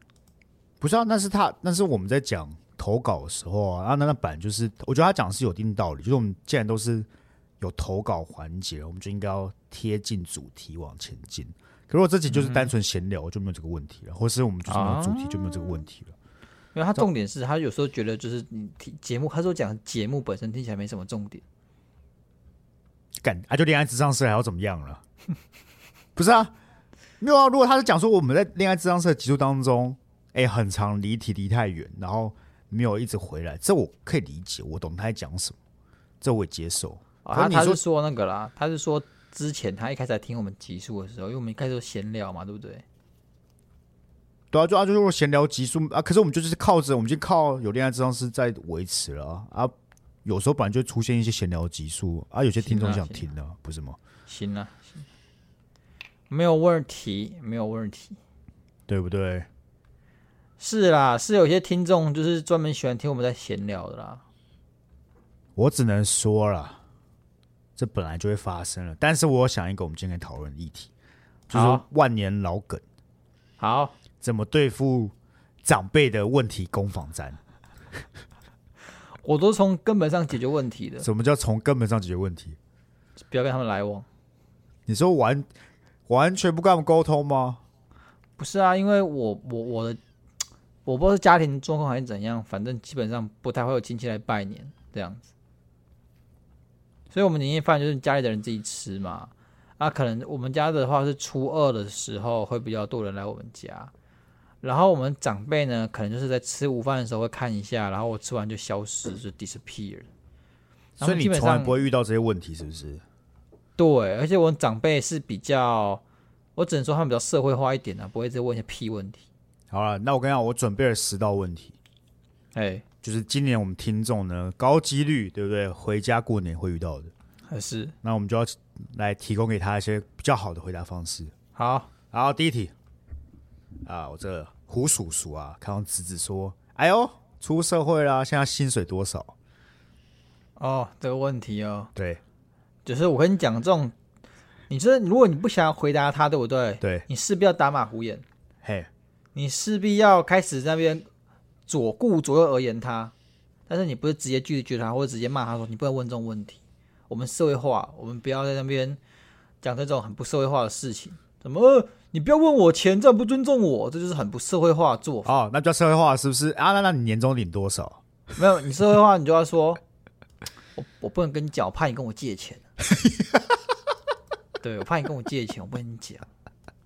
S1: 不是啊，那是他，那是我们在讲投稿的时候啊，啊那那版就是，我觉得他讲的是有一定道理，就是我们既然都是有投稿环节，我们就应该要贴近主题往前进。可如果这集就是单纯闲聊，就没有这个问题了，或是我们就是没有主题，就没有这个问题了。
S2: 因为他重点是他有时候觉得就是你提节目，他说讲节目本身听起来没什么重点。
S1: 干啊，就恋爱智商社还要怎么样了？ 不是啊，没有啊。如果他是讲说我们在恋爱智商社的集数当中，哎、很长离题离太远，然后没有一直回来，这我可以理解，我懂他在讲什么，这我也接受。可
S2: 啊，他
S1: 是你
S2: 他
S1: 说
S2: 是说那个啦，他是说之前他一开始来听我们集数的时候，因为我们一开始都闲聊嘛，对不对？
S1: 对啊，就啊，就是说闲聊集数啊。可是我们就是靠着，我们就靠有恋爱智商是在维持了啊。啊有时候本来就出现一些闲聊集数啊，有些听众
S2: 行啊
S1: 想听的、不是吗？
S2: 行啦，行，啊没有问题，没有问题。
S1: 对不对？
S2: 是啦，是有些听众就是专门喜欢听我们在闲聊的啦。
S1: 我只能说了，这本来就会发生了。但是我有想一个我们今天可以讨论的议题，就是
S2: 好
S1: 万年老梗
S2: 好，
S1: 怎么对付长辈的问题攻防战？
S2: 我都从根本上解决问题的，
S1: 什么叫从根本上解决问题？
S2: 不要跟他们来往。
S1: 你说完完全不跟他们沟通吗？
S2: 不是啊，因为我我我的我不知道是家庭状况还是怎样，反正基本上不太会有亲戚来拜年这样子。所以我们年夜饭就是家里的人自己吃嘛。啊，可能我们家的话是初二的时候会比较多人来我们家，然后我们长辈呢，可能就是在吃午饭的时候会看一下，然后我吃完就消失，就 disappear。然后
S1: 所以
S2: 基
S1: 你
S2: 本
S1: 从来
S2: 上
S1: 不会遇到这些问题，是不是？
S2: 对，而且我长辈是比较，我只能说他们比较社会化一点啊，不会再问一些屁问题。
S1: 好了，那我跟你讲，我准备了十道问题，
S2: 哎，
S1: 就是今年我们听众呢高几率，对不对？回家过年会遇到的，
S2: 还是
S1: 那我们就要来提供给他一些比较好的回答方式。
S2: 好，
S1: 好，第一题啊，我这胡叔叔啊，看到侄子说：“哎呦，出社会啦，现在薪水多少
S2: 哦，这个问题哦，？”
S1: 对
S2: 就是我跟你讲，这种，你这如果你不想要回答他，对不对？
S1: 对，
S2: 你势必要打马虎眼，
S1: 嘿，
S2: 你势必要开始那边左顾左右而言他，但是你不是直接拒绝他，或者直接骂他说你不能问这种问题。我们社会化，我们不要在那边讲这种很不社会化的事情。怎么、呃你不要问我钱，这样不尊重我，这就是很不社会化的做法。
S1: 哦，那叫社会化是不是啊？那那你年终领多少？
S2: 没有，你社会化，你就要说，我我不能跟你讲，我怕你跟我借钱。对，我怕你跟我借钱，我不跟你讲。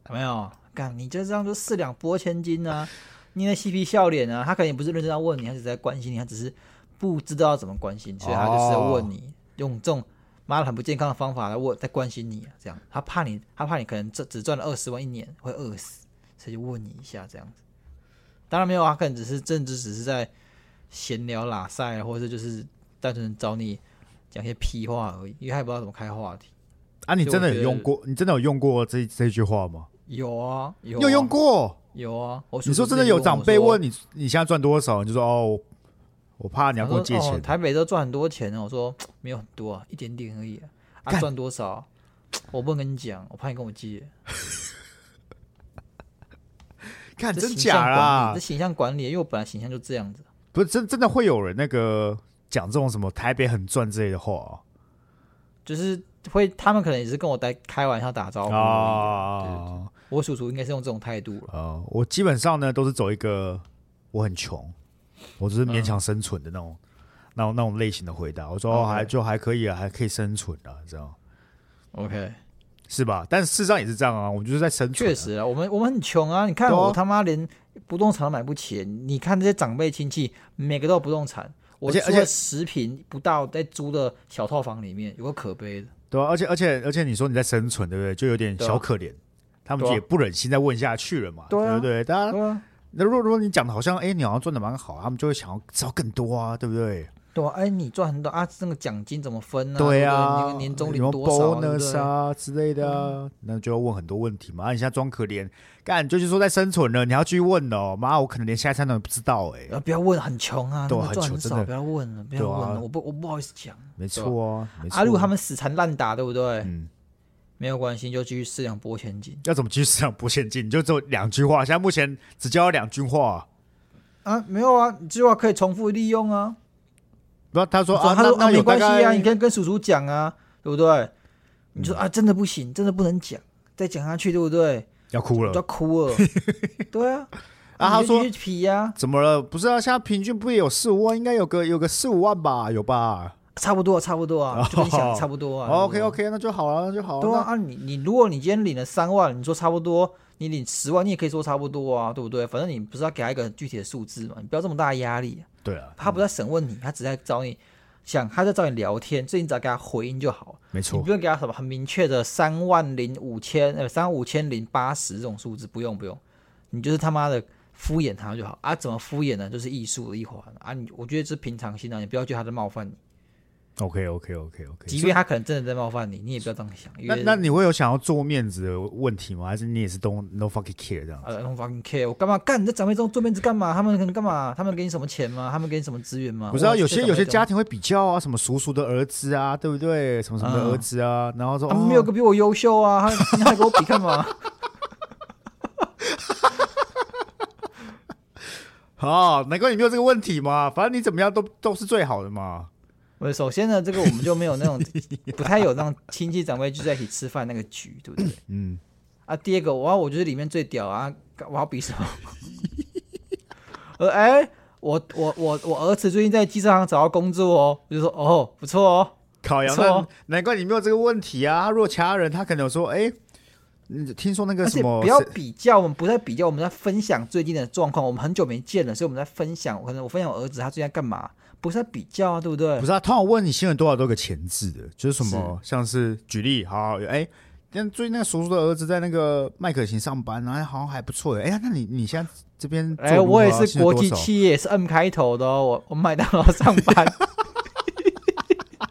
S2: 有没有，干，你就这样就四两拨千斤啊！你那嬉皮笑脸啊，他可能也不是认真要问你，他只是在关心你，他只是不知道要怎么关心，所以他就是在问你，用这种妈的很不健康的方法来问，在关心你啊，这样。他怕你，他怕你可能这只赚了二十万一年会饿死，所以就问你一下这样子。当然没有啊，他可能只是政治，只是在闲聊拉塞，或者就是单纯找你讲些屁话而已，因为他也不知道怎么开话题。
S1: 啊，你
S2: 就
S1: 真的
S2: 我
S1: 有
S2: 觉
S1: 用
S2: 得
S1: 过？你真的有用过这这句话吗？
S2: 有啊，有
S1: 你
S2: 啊
S1: 有用过？
S2: 有啊。我
S1: 你
S2: 叔
S1: 说
S2: 叔
S1: 真的
S2: 之前就
S1: 有
S2: 问
S1: 长
S2: 我
S1: 辈
S2: 说
S1: 问你，你现在赚多少？你就说哦，我我怕你要
S2: 他
S1: 跟我
S2: 说
S1: 借
S2: 哦。
S1: 钱。
S2: 台北都赚很多钱哦，我说没有很多啊，一点点而已啊。啊，
S1: 干
S2: 赚多少啊？我不能跟你讲，我怕你跟我借。
S1: 看
S2: 这
S1: 真
S2: 形象
S1: 假
S2: 管理
S1: 啦
S2: 这？形象管理，因为我本来形象就这样子。
S1: 不是真真的会有人那个讲这种什么台北很赚之类的话哦
S2: 就是会，他们可能也是跟我在开玩笑打招呼。
S1: 啊
S2: 我叔叔应该是用这种态度了。
S1: 呃，我基本上呢都是走一个我很穷，我
S2: 嗯
S1: 只是勉强生存的那种、那种那种类型的回答。我说、哦
S2: OK
S1: 还就还可以啊，还可以生存啊，这样
S2: OK，
S1: 是吧？但事实上也是这样啊，我们就是在生存、
S2: 确，实啊，我们我们很穷啊。你看
S1: 对啊
S2: 我他妈连不动产都买不起，你看这些长辈亲戚每个都有不动产，我
S1: 而且
S2: 住
S1: 而且
S2: 了十平不到，在租的小套房里面，有个可悲的。
S1: 对啊吧、而且而且而且你说你在生存，对不对？就有点
S2: 对啊
S1: 小可怜。他们
S2: 对啊
S1: 也不忍心再问下去了嘛，
S2: 对啊
S1: 不对？大家
S2: 对啊，
S1: 那如果如果你讲的好像，哎、你好像赚的蛮好，他们就会想要知道更多啊，对不对？
S2: 对啊，哎，你赚很多啊，那个奖金怎么分呢、
S1: 对
S2: 啊，
S1: 啊，
S2: 你年终
S1: 有
S2: 领
S1: 没有
S2: 多少、啊？对不嗯
S1: bonus
S2: 对？
S1: 啊之类的啊，那就要问很多问题嘛。啊你现在装可怜，干就是说在生存了，你还要去问哦。妈，我可能连下一餐都不知道哎、
S2: 啊，不要问，很穷啊，
S1: 对啊很
S2: 那个赚
S1: 穷
S2: 很
S1: 真
S2: 少，
S1: 的
S2: 不要问了，不要
S1: 对啊
S2: 问了，我不，我不好意思讲。
S1: 没错啊，没错。
S2: 阿鲁他们死缠烂打，对不对？
S1: 嗯，
S2: 没有关系，就继续四两拨千斤
S1: 要怎么去市场不现金？你就只有两句话，现在目前只教了两句话。
S2: 啊，没有啊，这句话可以重复利用啊。
S1: 不要他说
S2: 啊
S1: 啊，
S2: 他说
S1: 那
S2: 啊，
S1: 那
S2: 没
S1: 有大
S2: 关系啊，
S1: 概嗯
S2: 你可以跟叔叔讲啊，对不对？你说啊，真的不行，真的不能讲，再讲下去，对不对？
S1: 要哭
S2: 就要
S1: 了。
S2: 哭 了。对啊，
S1: 嗯啊他
S2: 你就
S1: 说
S2: 继续皮呀，
S1: 怎么了？不是啊，现在平均不也有四五万，应该有个有个四五万吧，有吧、
S2: 差不多，差不多啊，就跟你想的差不多啊。
S1: o k
S2: 对不对
S1: OK，那就好了，那哦就好了。
S2: 对啊，
S1: 那
S2: 啊你你如果你今天领了三万，你说差不多，你领十万，你也可以说差不多啊，对不对？反正你不是要给他一个具体的数字嘛，你不要这么大的压力、啊。
S1: 对啊，
S2: 他不在审问你，他只在找你想，他在找你聊天，所以你只要给他回应就好，
S1: 没
S2: 你
S1: 错
S2: 不。用给他什么很明确的三万零五千呃三五千零八十这种数字，不用不用，你就是他妈的敷衍他就好啊！怎么敷衍呢？就是艺术的一环啊！你我觉得这是平常心啊，你不要觉得他在冒犯你，
S1: OK OK OK OK，
S2: 即便他可能真的在冒犯你，你也不要这样想，因
S1: 那
S2: 为
S1: 那你会有想要做面子的问题吗？还是你也是 don't no fucking care 这样？
S2: 呃，I don't fucking care，我干嘛干？你在长辈中做面子干嘛？他们可能干嘛？他们给你什么钱吗？他们给你什么资源吗？
S1: 不知道
S2: 我
S1: 有些
S2: 在长辈
S1: 有些
S2: 中
S1: 家庭会比较啊，什么叔叔的儿子啊，对不对？什么什么的
S2: 嗯
S1: 儿子啊，然后说
S2: 他们没有
S1: 哦
S2: 个比我优秀啊，他他还跟我比干嘛？
S1: 哦，难怪你没有这个问题嘛，反正你怎么样都都是最好的嘛。
S2: 我首先呢，这个我们就没有那 种不太有那种亲戚长辈聚在一起吃饭那个局，对不对？
S1: 嗯，
S2: 啊，第二个，我要我就是里面最屌啊，干我要比什么？ 呃，哎，我我我我儿子最近在机车行找到工作哦，我就说哦，不错哦，
S1: 烤羊
S2: 没错
S1: 那难怪你没有这个问题啊。如果其他人他可能有说，哎，嗯听说那个
S2: 而
S1: 什
S2: 且
S1: 么，
S2: 不要比较，我们不在比较，我们在分享最近的状况。我们很久没见了，所以我们在分享。可能我分享我儿子他最近在干嘛，不是在比较啊，对不对
S1: 不？是啊，通常问你新人多少都有个前置的，就是什么像是举例，好，哎、但最近那个叔叔的儿子在那个麦可行上班，然后好像还不错，哎、呀，那你你现在这边做
S2: 哎，
S1: 如何
S2: 我
S1: 啊
S2: 也是国
S1: 薪水
S2: 际，
S1: 多少
S2: 企业，也是 M 开头的哦。我我麦当劳上班，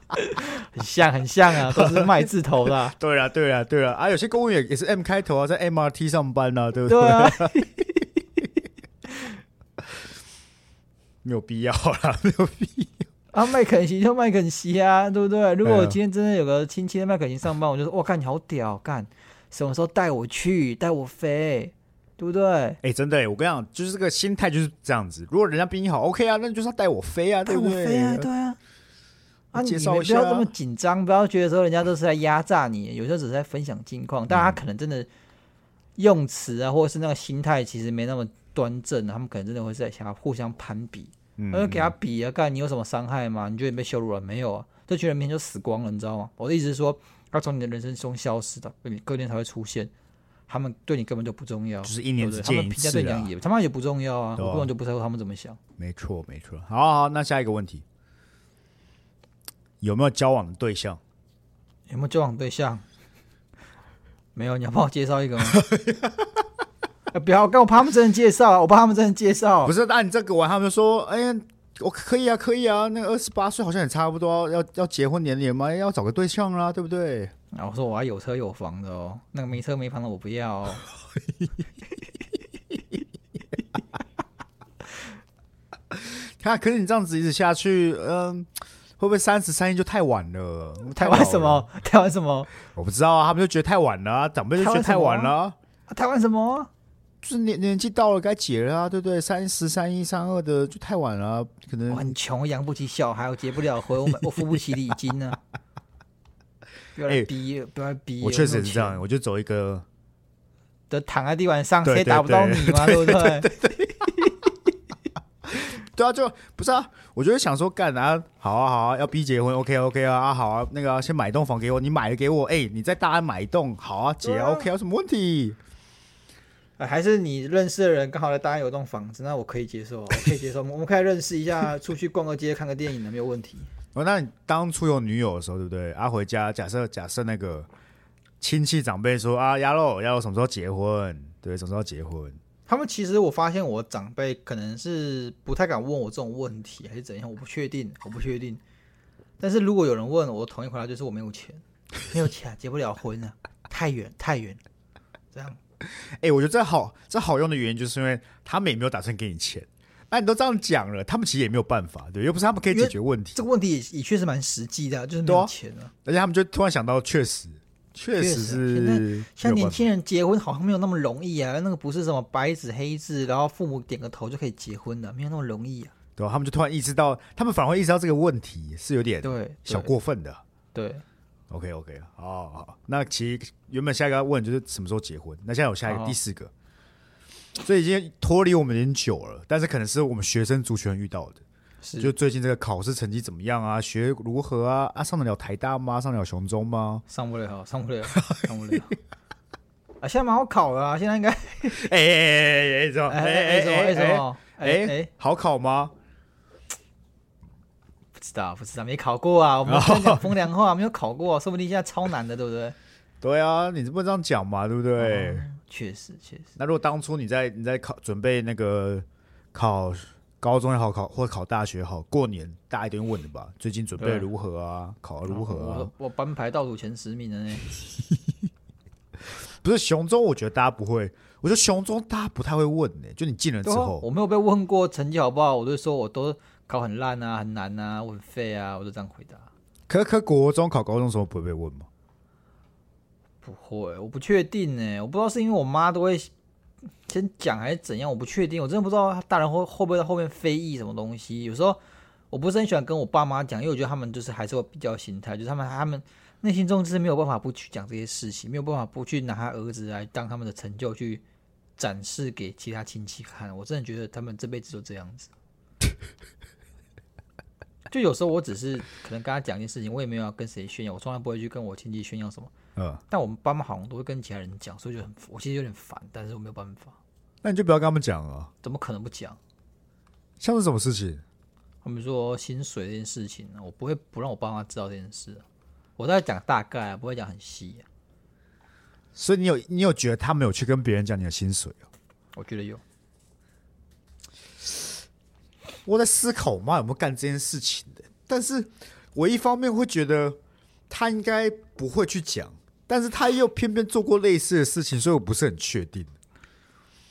S2: 很像很像啊，都是麦字头的啊、
S1: 对啊，对啊，对啊，啊，有些公务员也是 M 开头啊，在 MRT 上班啊， 对不对？
S2: 对啊，
S1: 没有必要啦， 没有必
S2: 啊，麦肯锡就麦肯锡啊，对不对？如果我
S1: 哎呀
S2: 今天真的有个亲戚在麦肯锡上班，我就说，哇，干你好屌，干什么时候带我去，带我飞，对不对？
S1: 哎、真的、哎我跟你讲，就是这个心态就是这样子。如果人家比你好，OK 啊，那你就是要带我飞啊，
S2: 带
S1: 对不
S2: 我
S1: 对？
S2: 飞啊，对啊。啊，你
S1: 介
S2: 你
S1: 绍
S2: 们
S1: 一
S2: 不要
S1: 下
S2: 这么紧张，不要觉得说人家都是在压榨你，有时候只是在分享近况，但他
S1: 嗯
S2: 可能真的用词啊，或者是那个心态其实没那么端正，啊他们可能真的会在想要互相攀比，
S1: 嗯
S2: 那就给他比啊，干你有什么伤害吗？你觉得你被羞辱了没有啊？这群人明天就死光了，你知道吗？我的意思是说，他从你的人生中消失的，你隔天才会出现，他们对你根本就不重要，
S1: 就是一年
S2: 对
S1: 只
S2: 不对他
S1: 见
S2: 们
S1: 一
S2: 评价
S1: 次
S2: 对你来
S1: 啊
S2: 讲，也他妈也不重要啊，
S1: 对啊
S2: 我根本就不在乎他们怎么想。
S1: 没错，没错。好好好，那下一个问题，有没有交往的对象？
S2: 有没有交往对象？没有，你要帮我介绍一个吗？ 哎不要，跟我怕他们真的介绍啊，我怕他们真的介绍
S1: 不。是，那你这个完，他们就说，哎、呀，我可以啊，可以啊，那个二十八岁好像也差不多要要结婚年龄嘛，要找个对象啦，对不对？
S2: 然后我说我要有车有房的哦，那个没车没房的我不 要哦。
S1: 看，可是你这样子一直下去，嗯，会不会三十三亿就太晚了？太
S2: 台
S1: 老
S2: 湾
S1: 了
S2: 什？么？台湾什么？
S1: 我不知道啊，他们就觉得太晚了、啊，长辈就觉得太晚了啊、
S2: 啊台湾什么啊？
S1: 就是年年纪到了该结了啊，对不对？三十三一三二的就太晚了啊、可
S2: 我
S1: 能
S2: 很穷，养不起小孩，我结不了婚，我买我付不起礼金 呢、啊。不要来
S1: 哎
S2: 逼了，不要来逼了。
S1: 我确实
S2: 没有
S1: 也是这样，
S2: 钱，
S1: 我就走一个
S2: 得躺在地板上，
S1: 对
S2: 谁打不
S1: 对
S2: 到
S1: 对
S2: 你嘛？对不对？
S1: 对啊，就不是啊，我就会想说干啊，好啊好啊，要逼结婚，OK OK 啊啊好啊，那个啊、先买一栋房给我，你买了给我，哎、你在大安买一栋，好啊，结
S2: 对
S1: 啊
S2: 啊
S1: OK 啊，有什么问题？
S2: 哎还是你认识的人刚好在大安有栋房子，那我可以接受，我可以接 受。我们我们可以认识一下，出去逛个街、看个电影的没有问题。
S1: 哦，那你当初有女友的时候，对不对？啊，回家假设假设那个亲戚长辈说啊，鸭肉鸭肉什么时候结婚？对，什么时候结婚？
S2: 他们其实我发现我长辈可能是不太敢问我这种问题，还是怎样，我不确定，我不确定。但是如果有人问我，我统一回答就是我没有钱，没有钱、结不了婚啊，太远太远，这样
S1: 哎、我觉得这好这好用的原因，就是因为他们也没有打算给你钱。那你都这样讲了，他们其实也没有办法，对，又不是他们可以解决问题
S2: 这，个问题也也确实蛮实际的啊、就是没
S1: 对
S2: 有
S1: 啊
S2: 钱啊。
S1: 而且他们就突然想到，确实，确实
S2: 确实
S1: 是
S2: 像
S1: 没有
S2: 年
S1: 办法
S2: 轻人结婚好像没有那么容易啊，那个不是什么白纸黑字，然后父母点个头就可以结婚的，没有那么容易啊。
S1: 对吧？他们就突然意识到，他们反而会意识到这个问题是有点
S2: 对，
S1: 小
S2: 对
S1: 过分的。
S2: 对，
S1: OK OK，好好好。那其实原本下一个要问就是什么时候结婚，那现在有下一个
S2: 好
S1: 第四个，所以已经脱离我们有点久了，但是可能是我们学生族群遇到的，
S2: 是
S1: 就最近这个考试成绩怎么样啊，学如何啊，啊上得了台大吗？上得了雄中吗？
S2: 上不了，上不了，上不了。啊，现在蛮好考的啊，现在应该
S1: 哎哎哎哎哎，什么？
S2: 哎
S1: 哎
S2: 哎什么
S1: 哎
S2: 哎什
S1: 哎
S2: 么哎
S1: 哎
S2: 哎，
S1: 好考吗？
S2: 不知道不知道，没考过
S1: 哦
S2: 啊。我们先讲风凉话，没有考过，啊说不定现在超难的，对不对？
S1: 对啊，你不能这样讲嘛，对不对？
S2: 哦，确实确实。
S1: 那如果当初你在你在考准备那个考高中也好考或考大学也好，过年大家一定会问的吧？最近准备
S2: 对
S1: 如何啊？考得如何啊
S2: 我？我班排倒数前十名的呢，
S1: 不是雄中，我觉得大家不会，我觉得雄中大家不太会问呢、就你进了之
S2: 对啊
S1: 后，
S2: 我没有被问过成绩好不好，我就说我都考很烂啊，很难啊，我很废啊，我就这样回答。
S1: 可可国中考高中的时候不会被问吗？
S2: 不会，我不确定呢、我不知道是因为我妈都会先讲还是怎样，我不确定，我真的不知道大人会会不会在后面非议什么东西。有时候我不是很喜欢跟我爸妈讲，因为我觉得他们就是还是有比较心态，就是他们他们内心中就是没有办法不去讲这些事情，没有办法不去拿他儿子来当他们的成就去展示给其他亲戚看。我真的觉得他们这辈子就这样子。 就有时候我只是可能跟他讲一件事情，我也没有要跟谁炫耀，我从来不会去跟我亲戚炫耀什么。
S1: 嗯，
S2: 但我们爸妈好像都会跟其他人讲，所以就很，我其实有点烦，但是我没有办法，
S1: 那你就不要跟他们讲啊。
S2: 怎么可能不讲？
S1: 像是什么事情？
S2: 他们说薪水这件事情，我不会不让我爸妈知道这件事啊，我在讲大概啊，不会讲很细啊。
S1: 所以你有你有觉得他们有去跟别人讲你的薪水啊？
S2: 我觉得有，
S1: 我在思考我妈有没有干这件事情的，但是我一方面会觉得她应该不会去讲，但是她又偏偏做过类似的事情，所以我不是很确定。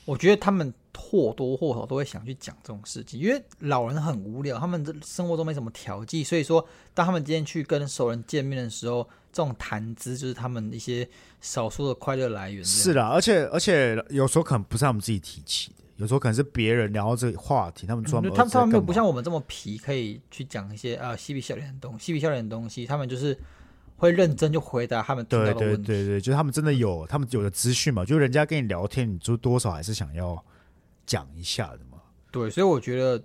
S2: 我觉得他们或多或少都会想去讲这种事情，因为老人很无聊，他们的生活中没什么调剂，所以说当他们今天去跟熟人见面的时候，这种谈资就是他们一些少数的快乐来源。
S1: 是啦，而且而且有时候可能不是他们自己提起的，有时候可能是别人聊到这个话题，他们说
S2: 嗯
S1: 们
S2: 他
S1: 儿
S2: 们
S1: 子在
S2: 他们没有
S1: 干
S2: 不
S1: 嘛。
S2: 像我们这么皮，可以去讲一些啊嬉皮笑脸的东西，嬉皮笑脸的东西，他们就是会认真就回答他们听
S1: 对
S2: 到的
S1: 对
S2: 问题。
S1: 对对，就是他们真的有，他们有的资讯嘛，就人家跟你聊天，你就多少还是想要讲一下的嘛，
S2: 对，所以我觉得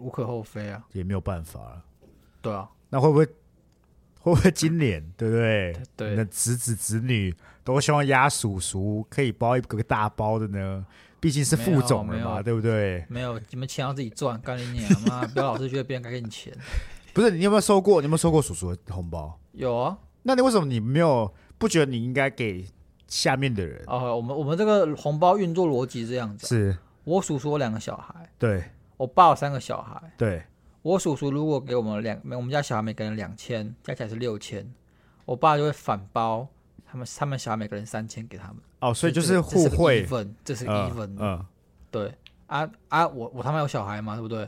S2: 无可厚非啊，
S1: 也没有办法了。
S2: 对啊，
S1: 那会不会会不会今年对不对？
S2: 对
S1: 你的侄子侄女都希望鸭叔叔可以包一个大包的呢，毕竟是副总了
S2: 没有没
S1: 嘛，
S2: 有
S1: 对不对？
S2: 没有你们钱要自己赚，干你娘妈！不要老是觉得别人该给你钱。
S1: 不是你有没有收过？你有没有收过叔叔的红包？
S2: 有啊，
S1: 那你为什么你没有不觉得你应该给下面的人？
S2: 啊，我们我们这个红包运作逻辑是这样子啊：
S1: 是
S2: 我叔叔有两个小孩，
S1: 对
S2: 我爸有三个小孩，
S1: 对
S2: 我叔叔如果给我们两，我们家小孩每个人两千，加起来是六千。我爸就会反包他们他们小孩每个人三千给他们，
S1: 哦，所以就
S2: 这
S1: 是
S2: 个
S1: 互惠，
S2: 这是个 even，这是个
S1: 嗯
S2: even，、
S1: 嗯，
S2: 对啊啊，我我他妈有小孩嘛，对不对？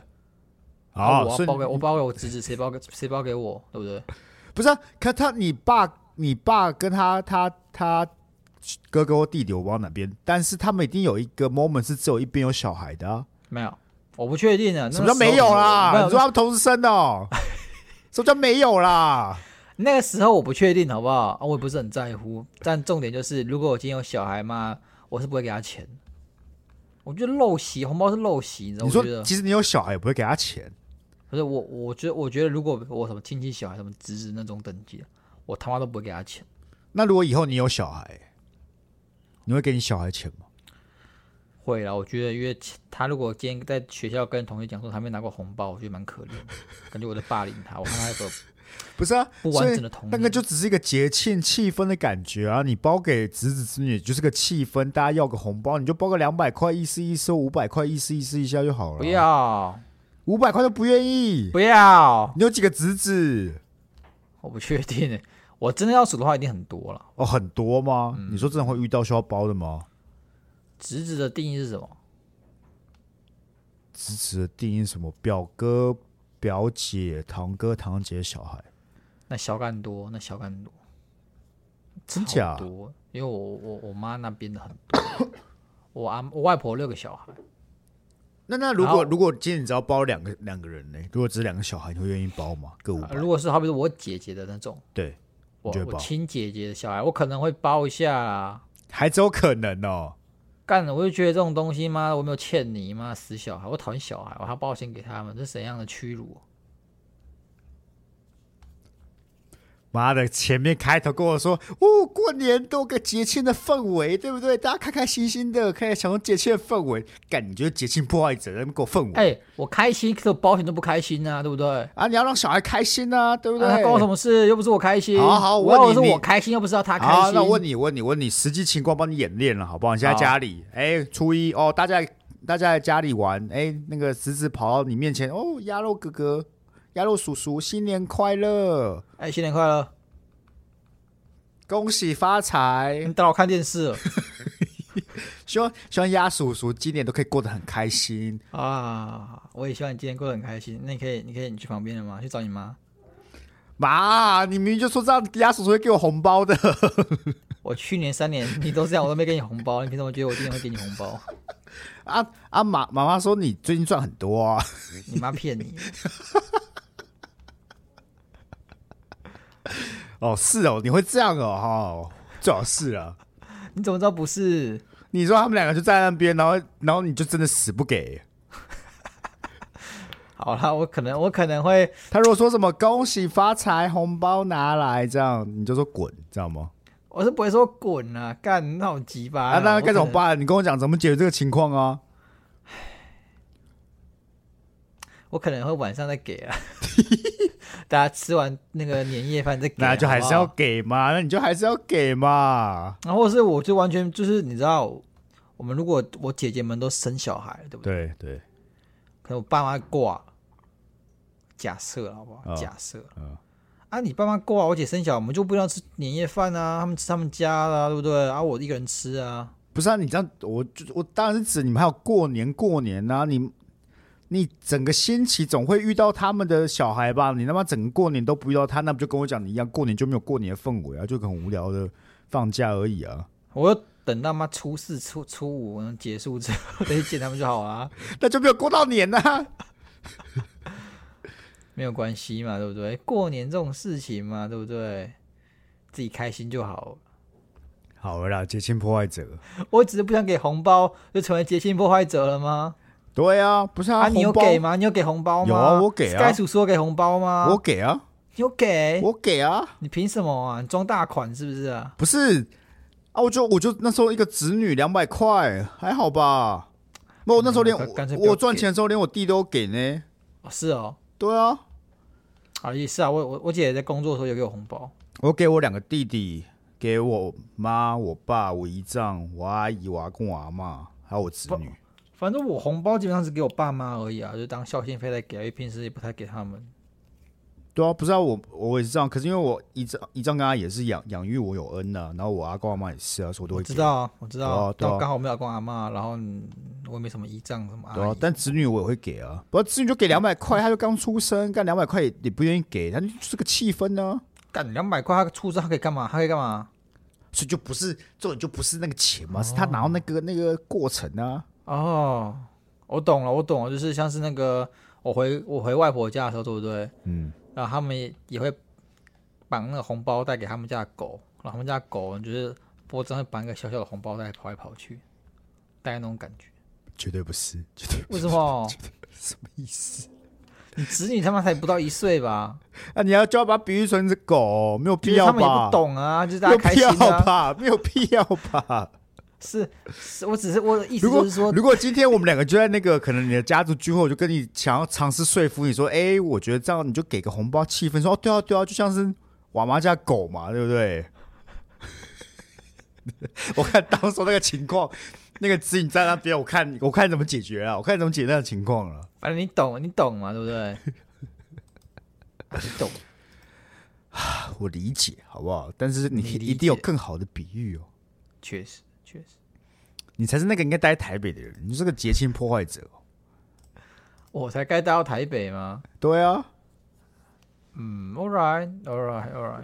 S2: 啊，
S1: 哦，
S2: 我
S1: 所以
S2: 要包给我包给我侄子，谁包给谁包给我，对不对？
S1: 不是、啊，可他你爸你爸跟他他他哥哥或弟弟，我不知道哪边，但是他们一定有一个 moment 是只有一边有小孩的、啊，
S2: 没有，我不确定啊。
S1: 什么叫没有啦？
S2: 没
S1: 你说
S2: 有，
S1: 他们同时生的、 哦，什么叫没有啦？
S2: 那个时候我不确定，好不好？啊，我也不是很在乎。但重点就是，如果我今天有小孩嘛，我是不会给他钱。我觉得陋习，红包是陋习，你知道
S1: 你
S2: 吗？我觉
S1: 说
S2: 得
S1: 其实你有小孩也不会给他钱，
S2: 不是我，我觉得我觉得如果我什么亲戚小孩、什么侄子那种等级的，我他妈都不会给他钱。
S1: 那如果以后你有小孩，你会给你小孩钱吗？
S2: 会啦，我觉得因为其他如果今天在学校跟同学讲说他没拿过红包，我觉得蛮可怜的，感觉我在霸凌他，我看他有个
S1: 不是啊，
S2: 不完整的童
S1: 那
S2: 年。
S1: 个就只是一个节庆气氛的感觉啊！你包给侄子侄女就是个气氛，大家要个红包，你就包个两百块，意思意思；五百块，意思意思一下就好了。
S2: 不，要
S1: 五百块都不愿意。
S2: 不要，
S1: 你有几个侄子？
S2: 我不确定欸，我真的要数的话一定很多了。
S1: 哦，很多吗？
S2: 嗯
S1: 你说真的会遇到需要包的吗？
S2: 侄子的定义是什么？
S1: 侄子的定义是什么？表哥、表姐、堂哥、堂姐、小孩，
S2: 那小干多，那小干多，
S1: 真
S2: 好
S1: 假？
S2: 多，因为我我我妈那边的很多，我阿我外婆六个小孩，
S1: 那那如
S2: 然后
S1: 果如果今天你只要包两个两个人呢？如果只是两个小孩，你会愿意包吗？各五
S2: 啊
S1: 百？
S2: 如果是好比是我姐姐的那种，
S1: 对，
S2: 我
S1: 你觉得
S2: 我
S1: 包
S2: 亲姐姐的小孩，我可能会包一下啦。
S1: 还只有可能哦。
S2: 干了，我就觉得这种东西妈的，我没有欠你妈死小孩，我讨厌小孩，我还要包钱给他们，这是怎样的屈辱？啊
S1: 妈的，前面开头跟我说，哦，过年多个节庆的氛围，对不对？大家开开心心的，可以享受节庆的氛围。感觉节庆破坏者在那边给我氛围、
S2: 哎、我开心，可是我包钱都不开心啊，对不对？
S1: 啊！你要让小孩开心啊，对不对？
S2: 啊那关我什么事？又不是我开心。
S1: 好好我
S2: 我要
S1: 问
S2: 的
S1: 你
S2: 是
S1: 你
S2: 我开心，又不是要他开
S1: 好，啊
S2: 心。
S1: 那我问你，问你，问你，实际情况帮你演练了，好不好？你现在
S2: 好
S1: 家里，哎，初一哦，大家大家在家里玩，哎，那个侄子跑到你面前，哦，鸭肉哥哥，鸭肉叔叔，新年快乐，
S2: 哎、新年快乐！
S1: 恭喜发财，
S2: 你打扰我看电视了
S1: 希望希望鸭叔叔今年都可以过得很开心。
S2: 啊！我也希望你今天过得很开心。那你可以，你可以，你去旁边了吗？去找你妈。
S1: 妈，你明明就说这样，鸭叔叔会给我红包的。
S2: 我去年三年你都这样，我都没给你红包，你凭什么觉得我今年会给你红包？
S1: 啊啊，妈妈妈说你最近赚很多啊，
S2: 你妈骗你！
S1: 哦，是哦，你会这样哦，哈、哦，最好是啊。
S2: 你怎么知道不是？
S1: 你说他们两个就在那边，然后然后你就真的死不给。
S2: 好啦，我可能我可能会
S1: 他如果说什么恭喜发财，红包拿来这样，你就说滚，知道吗？
S2: 我是不会说滚啊，干那种鸡巴、
S1: 啊，那该怎
S2: 我
S1: 么
S2: 可能？
S1: 办？你跟我讲怎么解决这个情况啊？
S2: 我可能会晚上再给啊， 大家吃完那个年夜饭再给、啊，
S1: 那就还是要
S2: 好不好
S1: 给嘛，那你就还是要给嘛。
S2: 然后或者是我就完全就是你知道，我们如果我姐姐们都生小孩了，对不对？
S1: 对对，
S2: 可能我爸妈挂了，假设好不好？
S1: 嗯
S2: 假设，
S1: 嗯
S2: 啊，你爸妈挂，我姐生小，我们就不一定要吃年夜饭啊，他们吃他们家啦、对不对？啊，我一个人吃啊，
S1: 不是啊，你这样，我就我当然是指你们还有过年过年呐、你你整个星期总会遇到他们的小孩吧？你他妈整个过年都不遇到他，那不就跟我讲你一样，过年就没有过年的氛围啊，就很无聊的放假而已啊，
S2: 我就等到妈初四、初初五嗯结束之后再去见他们就好啊。
S1: 那就没有过到年呐、
S2: 没有关系嘛，对不对？过年这种事情嘛，对不对？自己开心就好。
S1: 好了啦，节庆破坏者。
S2: 我只是不想给红包，就成为节庆破坏者了吗？
S1: 对啊，不是啊，
S2: 啊，你有
S1: 红包
S2: 给？吗？你有给红包吗？
S1: 有啊我给啊
S2: 该叔叔有给红包吗？
S1: 我给啊，
S2: 你有给？
S1: 我给啊，
S2: 你凭什么啊？你装大款是不是啊？
S1: 不是啊，我就我就那时候一个子女两百块，还好吧？那我那时候连
S2: 嗯干脆不要
S1: 我赚钱的时候，连我弟都给呢。
S2: 哦是哦，
S1: 对啊，
S2: 啊也是啊，我我我姐在工作的时候有给我红包，
S1: 我给我两个弟弟，给我妈、我爸、我姨丈、我阿姨、我阿公、我阿妈，还有我侄女。
S2: 反正我红包基本上是给我爸妈而已啊，就当孝心费来给啊，因为平时也不太给他们。
S1: 对啊，不是啊，我我也是这样，可是因为我姨丈姨丈跟他也是养养育我有恩呐、然后我阿公阿妈也是啊，所以我都
S2: 我
S1: 会
S2: 知
S1: 给
S2: 道啊，我知道
S1: 对啊
S2: 啊，
S1: 对啊
S2: 但刚好我没有阿公阿妈，然后嗯我也没什么姨丈什么
S1: 对
S2: 阿
S1: 啊
S2: 姨，，
S1: 但子女我也会给啊，不过子女就给两百块，他就刚出生，干两百块也不愿意给，他就是个气氛啊呢、
S2: 干两百块，他出生他可以干嘛？他可以干嘛？
S1: 所以就不是重点，就不是那个钱嘛，是他拿到那个那个过程啊，
S2: 哦，我懂了，我懂了，就是像是那个我回我回外婆家的时候，对不对？
S1: 嗯，
S2: 然后他们也也会绑那个红包袋给他们家的狗，然后他们家的狗就是脖子上会绑一个小小的红包袋跑来跑去，大概那种感觉。
S1: 绝对不是， 绝对
S2: 为什么？
S1: 什么意思？
S2: 你子女他妈才不到一岁吧？
S1: 啊，你要叫他把它比喻成只狗，没有必
S2: 就是
S1: 要
S2: 他们也
S1: 吧？
S2: 不懂啊，就是大
S1: 没有
S2: 家开
S1: 必
S2: 心
S1: 要
S2: 的、啊。
S1: 吧？没 有必要吧？
S2: 是是，我只是我的意思
S1: 如果
S2: 就是说，
S1: 如果今天我们两个就在那个可能你的家族聚会，我就跟你想要尝试说服你 说，哎、我觉得这样你就给个红包气氛，说哦，对啊对啊，就像是娃娃家狗嘛，对不对？ 我看当时那个情况，那个子颖在那边，我看我看怎么解决啊，我看怎么解决那个情况啊了。
S2: 反正你懂，你懂嘛，对不对？ 啊你懂，
S1: 我理解，好不好？但是你
S2: 你理
S1: 一定有
S2: 解
S1: 更好的比喻哦。
S2: 确实确实，
S1: 你才是那个应该待在台北的人，你是个节庆破坏者。哦
S2: 我才该待到台北吗？
S1: 对啊，
S2: 嗯，all right all right all right。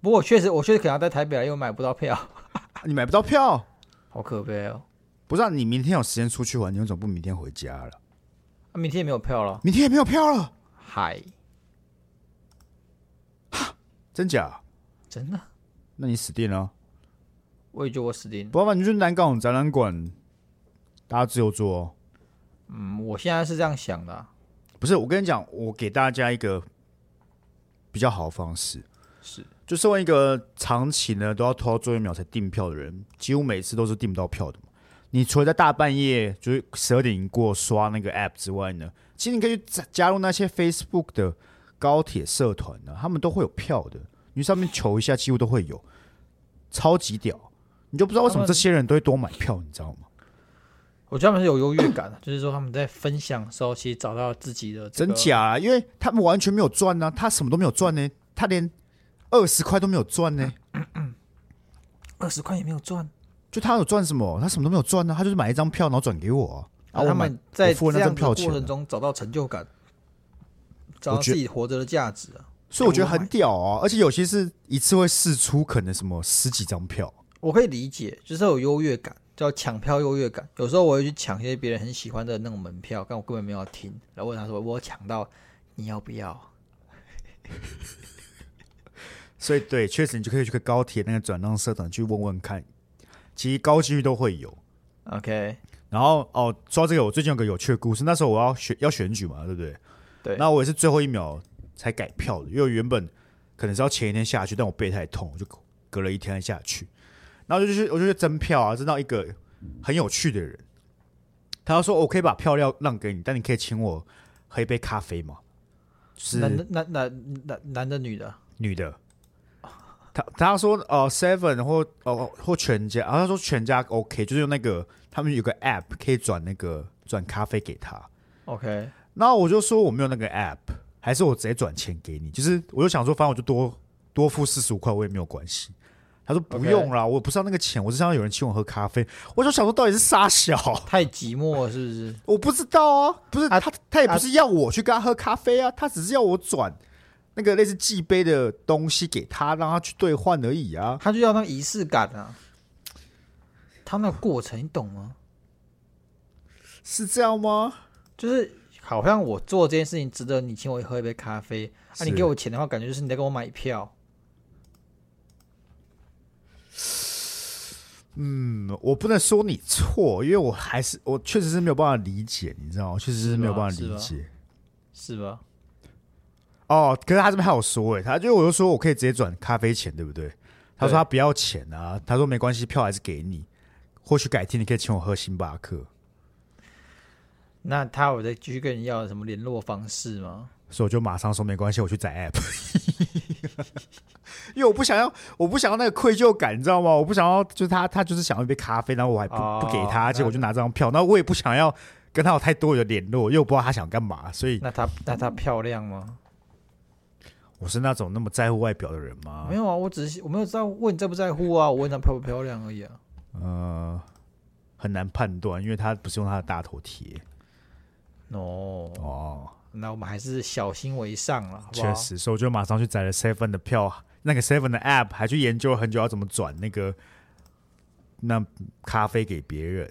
S2: 不过我确实，我确实可能要在台北了，因为我买不到票，
S1: 你买不到票，
S2: 好可悲哦。
S1: 不是、啊、你明天有时间出去玩，你为什么不明天回家了？
S2: 啊、明天也没有票了，
S1: 明天也没有票了，
S2: 嗨，
S1: 真假？
S2: 真的，
S1: 那你死定了。
S2: 我也觉得我死定了。
S1: 不然反正就是南港展览馆，大家自由坐、哦。
S2: 嗯，我现在是这样想的啊、
S1: 不是，我跟你讲，我给大家一个比较好的方式，
S2: 是
S1: 就身为一个长期呢都要拖到最后一秒才订票的人，几乎每次都是订不到票的嘛。你除了在大半夜就是十二点过刷那个 app 之外呢，其实你可以去加加入那些 Facebook 的高铁社团呢、他们都会有票的，你去上面求一下，几乎都会有，超级屌。你就不知道为什
S2: 他
S1: 么
S2: 们
S1: 这些人都会多买票，你知道吗？
S2: 我觉得他们是有优越感的， 就是说他们在分享的时候，其实找到自己的、这个、
S1: 真假啊？因为他们完全没有赚呢、他什么都没有赚呢，他连二十块都没有赚呢。
S2: 二十块也没有赚。
S1: 就他有赚什么？他什么都没有赚啊呢、他就是买一张票，然后转给我啊、啊。
S2: 他
S1: 我买
S2: 们在
S1: 我付
S2: 这
S1: 了那张
S2: 样子
S1: 票
S2: 的
S1: 钱
S2: 过程中找到成就感，找到
S1: 觉
S2: 自己活着的价值啊！
S1: 所以我觉得很屌啊，而且有些是一次会试出可能什么十几张票，
S2: 我可以理解，就是有优越感，叫抢票优越感。有时候我会去抢一些别人很喜欢的那种门票，但我根本没有要听，然后问他说：“我抢到，你要不要
S1: 所以对，确实你就可以去个高铁那个转让社团去问问看，其实高几率都会有。
S2: ？”OK，
S1: 然后哦，说到这个，我最近有个有趣的故事，那时候我要选要选举嘛，对不对？
S2: 对
S1: 那我也是最后一秒才改票的，因为我原本可能是要前一天下去，但我背太痛，我就隔了一天下去。然后就去我就去征票啊，征到一个很有趣的人，他说、我可以把票料让给你，但你可以请我喝一杯咖啡吗？就是
S2: 男的、男男男男的、女的，
S1: 女的，他他说呃 Seven 或哦或全家，然后他说全家 OK，就是用那个他们有个 App 可以转那个转咖啡给他。
S2: OK，
S1: 然后我就说我没有那个 App，还是我直接转钱给你？就是我就想说，反正我就多多付四十五块，我也没有关系。他说不
S2: OK
S1: 用啦我不是要那个钱，我是想要有人请我喝咖啡。我就想说到底是傻小，
S2: 太寂寞了是不是？
S1: 我不知道啊，不是、
S2: 啊
S1: 他他也不是要我去跟他喝咖啡啊，他只是要我转那个类似寄杯的东西给他，让他去兑换而已啊。
S2: 他就要那个仪式感啊，他那个过程你懂吗？
S1: 是这样吗？
S2: 就是好像我做这件事情值得你请我喝一杯咖啡，啊，
S1: 是
S2: 你给我钱的话，感觉就是你在给我买票。
S1: 嗯，我不能说你错，因为我还是我确实是没有办法理解，你知道吗？确实是没有办法
S2: 是吧啊
S1: 理
S2: 是
S1: 解。
S2: 是吧？
S1: 哦，可是他这边还有说、欸，哎，他就我就说我可以直接转咖啡钱，对不对？他说
S2: 对
S1: 他不要钱啊，他说没关系，票还是给你，或许改天你可以请我喝星巴克，
S2: 那他有再继续跟你要什么联络方式吗？
S1: 所以我就马上说没关系，我去载 app，因为我 不想要，我不想要那个愧疚感，你知道吗？我不想要，就是他他就是想要一杯咖啡，然后我还不、
S2: 哦
S1: 不给他，
S2: 那
S1: 结果我就拿这张票，那我也不想要跟他有太多的联络，因为我不知道他想干嘛，所以
S2: 那他那他漂亮吗？
S1: 我是那种那么在乎外表的人吗
S2: 没？有啊，我只是我没有在乎问你在不在乎啊，我问她漂不漂亮而已啊。
S1: 呃，很难判断，因为他不是用他的大头贴
S2: 哦，
S1: 哦。
S2: 那我们还是小心为上了，好不好
S1: 确？实，所以我就马上去载了 Seven 的票，那个 Seven 的 App，还去研究了很久要怎么转那个那咖啡给别人。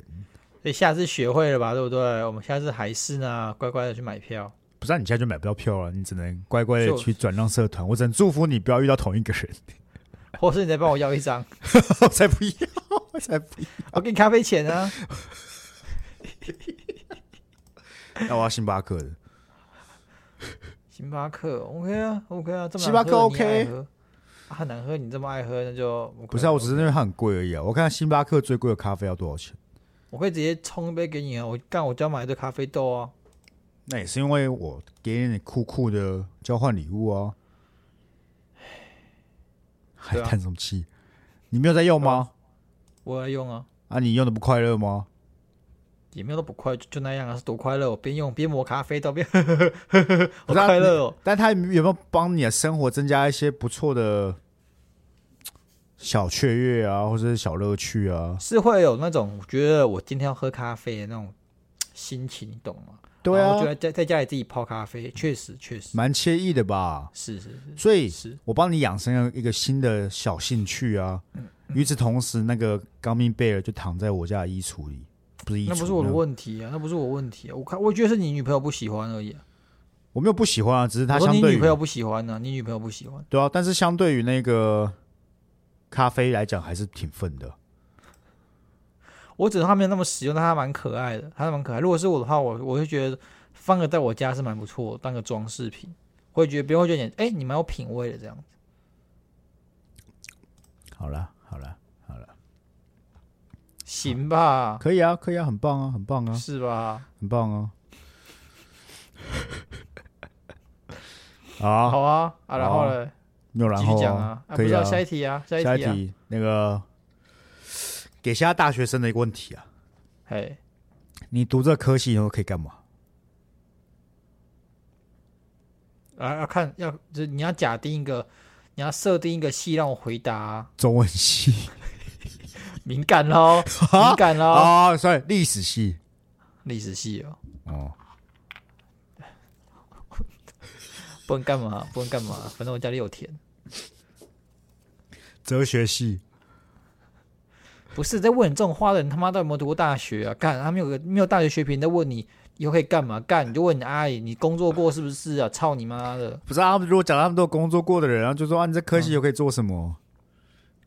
S2: 所以下次学会了吧，对不对？我们下次还是呢，乖乖的去买票。
S1: 不是、啊、你现在就买不到票了，你只能乖乖的
S2: 就
S1: 去转让社团。我只能祝福你不要遇到同一个人，
S2: 或是你再帮我要一张，
S1: 我才不要，我才 不
S2: 我给你咖啡钱啊。
S1: 要。那我要星巴克的，
S2: 星巴克 OK 啊，OK 啊，这么
S1: 星巴
S2: 难喝
S1: 克
S2: 你
S1: OK
S2: 也爱喝啊，很难喝，你这么爱喝，那就 OK
S1: 不是啊，我只是因为它很贵而已啊。我看星巴克最贵的咖啡要多少钱？
S2: 我可以直接冲一杯给你啊，我干，我就要买一堆咖啡豆啊。
S1: 那也是因为我给你酷酷的交换礼物啊。还
S2: 对啊
S1: 叹什么气？你没有在用吗？
S2: 我要用啊，
S1: 啊，你用的不快乐吗？
S2: 也没有都不快，就就那样啊，是多快乐、哦！边用边磨咖啡豆，边 好
S1: 不是啊
S2: 快乐哦。
S1: 但他有没有帮你的生活增加一些不错的小雀跃啊，或者是小乐趣啊？
S2: 是会有那种我觉得我今天要喝咖啡的那种心情，你懂吗？
S1: 对
S2: 然
S1: 啊
S2: 后就，在在在家里自己泡咖啡，确实确实
S1: 蛮惬意的吧？
S2: 是是
S1: 所以
S2: 是是，
S1: 我帮你养成了一个新的小兴趣啊。
S2: 嗯
S1: 与此同时，那个钢命贝尔就躺在我家的衣橱里，不是衣橱，
S2: 那不是我的
S1: 个
S2: 问题啊，那不是我问题啊，我看我觉得是你女朋友不喜欢而已、啊。
S1: 我没有不喜欢啊，只是它
S2: 我说
S1: 相
S2: 你
S1: 对
S2: 女朋友
S1: 于
S2: 不喜欢呢、啊你女朋友不喜欢，
S1: 对啊，但是相对于那个咖啡来讲，还是挺愤的。
S2: 我只能她没有那么实用，但她蛮可爱的，她蛮可爱。如果是我的话，我我会觉得放个在我家是蛮不错，当个装饰品，会觉得别人会觉得你哎、你蛮有品味的这样子。
S1: 好了，好了，
S2: 行吧，
S1: 可以啊，可以啊，很棒啊，很棒啊，
S2: 是吧？
S1: 很棒啊。 好，
S2: 好啊啊，然后
S1: 好
S2: 呢，
S1: 没有然
S2: 继
S1: 后
S2: 续讲啊，啊
S1: 可
S2: 不
S1: 以
S2: 知
S1: 啊。
S2: 道下一题啊，下一
S1: 下一
S2: 题啊，
S1: 题，那个给现在大学生的一个问题啊，
S2: 哎，
S1: 你读这科系以后可以干嘛？
S2: 啊要看要就是你要假定一个，你要设定一个戏让我回答啊、
S1: 中文 系
S2: 敏感喽，敏感 喽，
S1: 啊，算、以历史系
S2: 历史系哦，
S1: 哦。
S2: 不能干嘛，不能干嘛，反正我家里有田。
S1: 哲学系，
S2: 不是在问你这种话的人，他妈到底有没有读过大学啊？干，他们有个没有大学学评在问你以后可以干嘛？干，你就问你阿姨，你工作过是不是啊？操你妈的！
S1: 不是啊？他们如果讲他们都有工作过的人，然后就说啊，你这科系又可以做什么？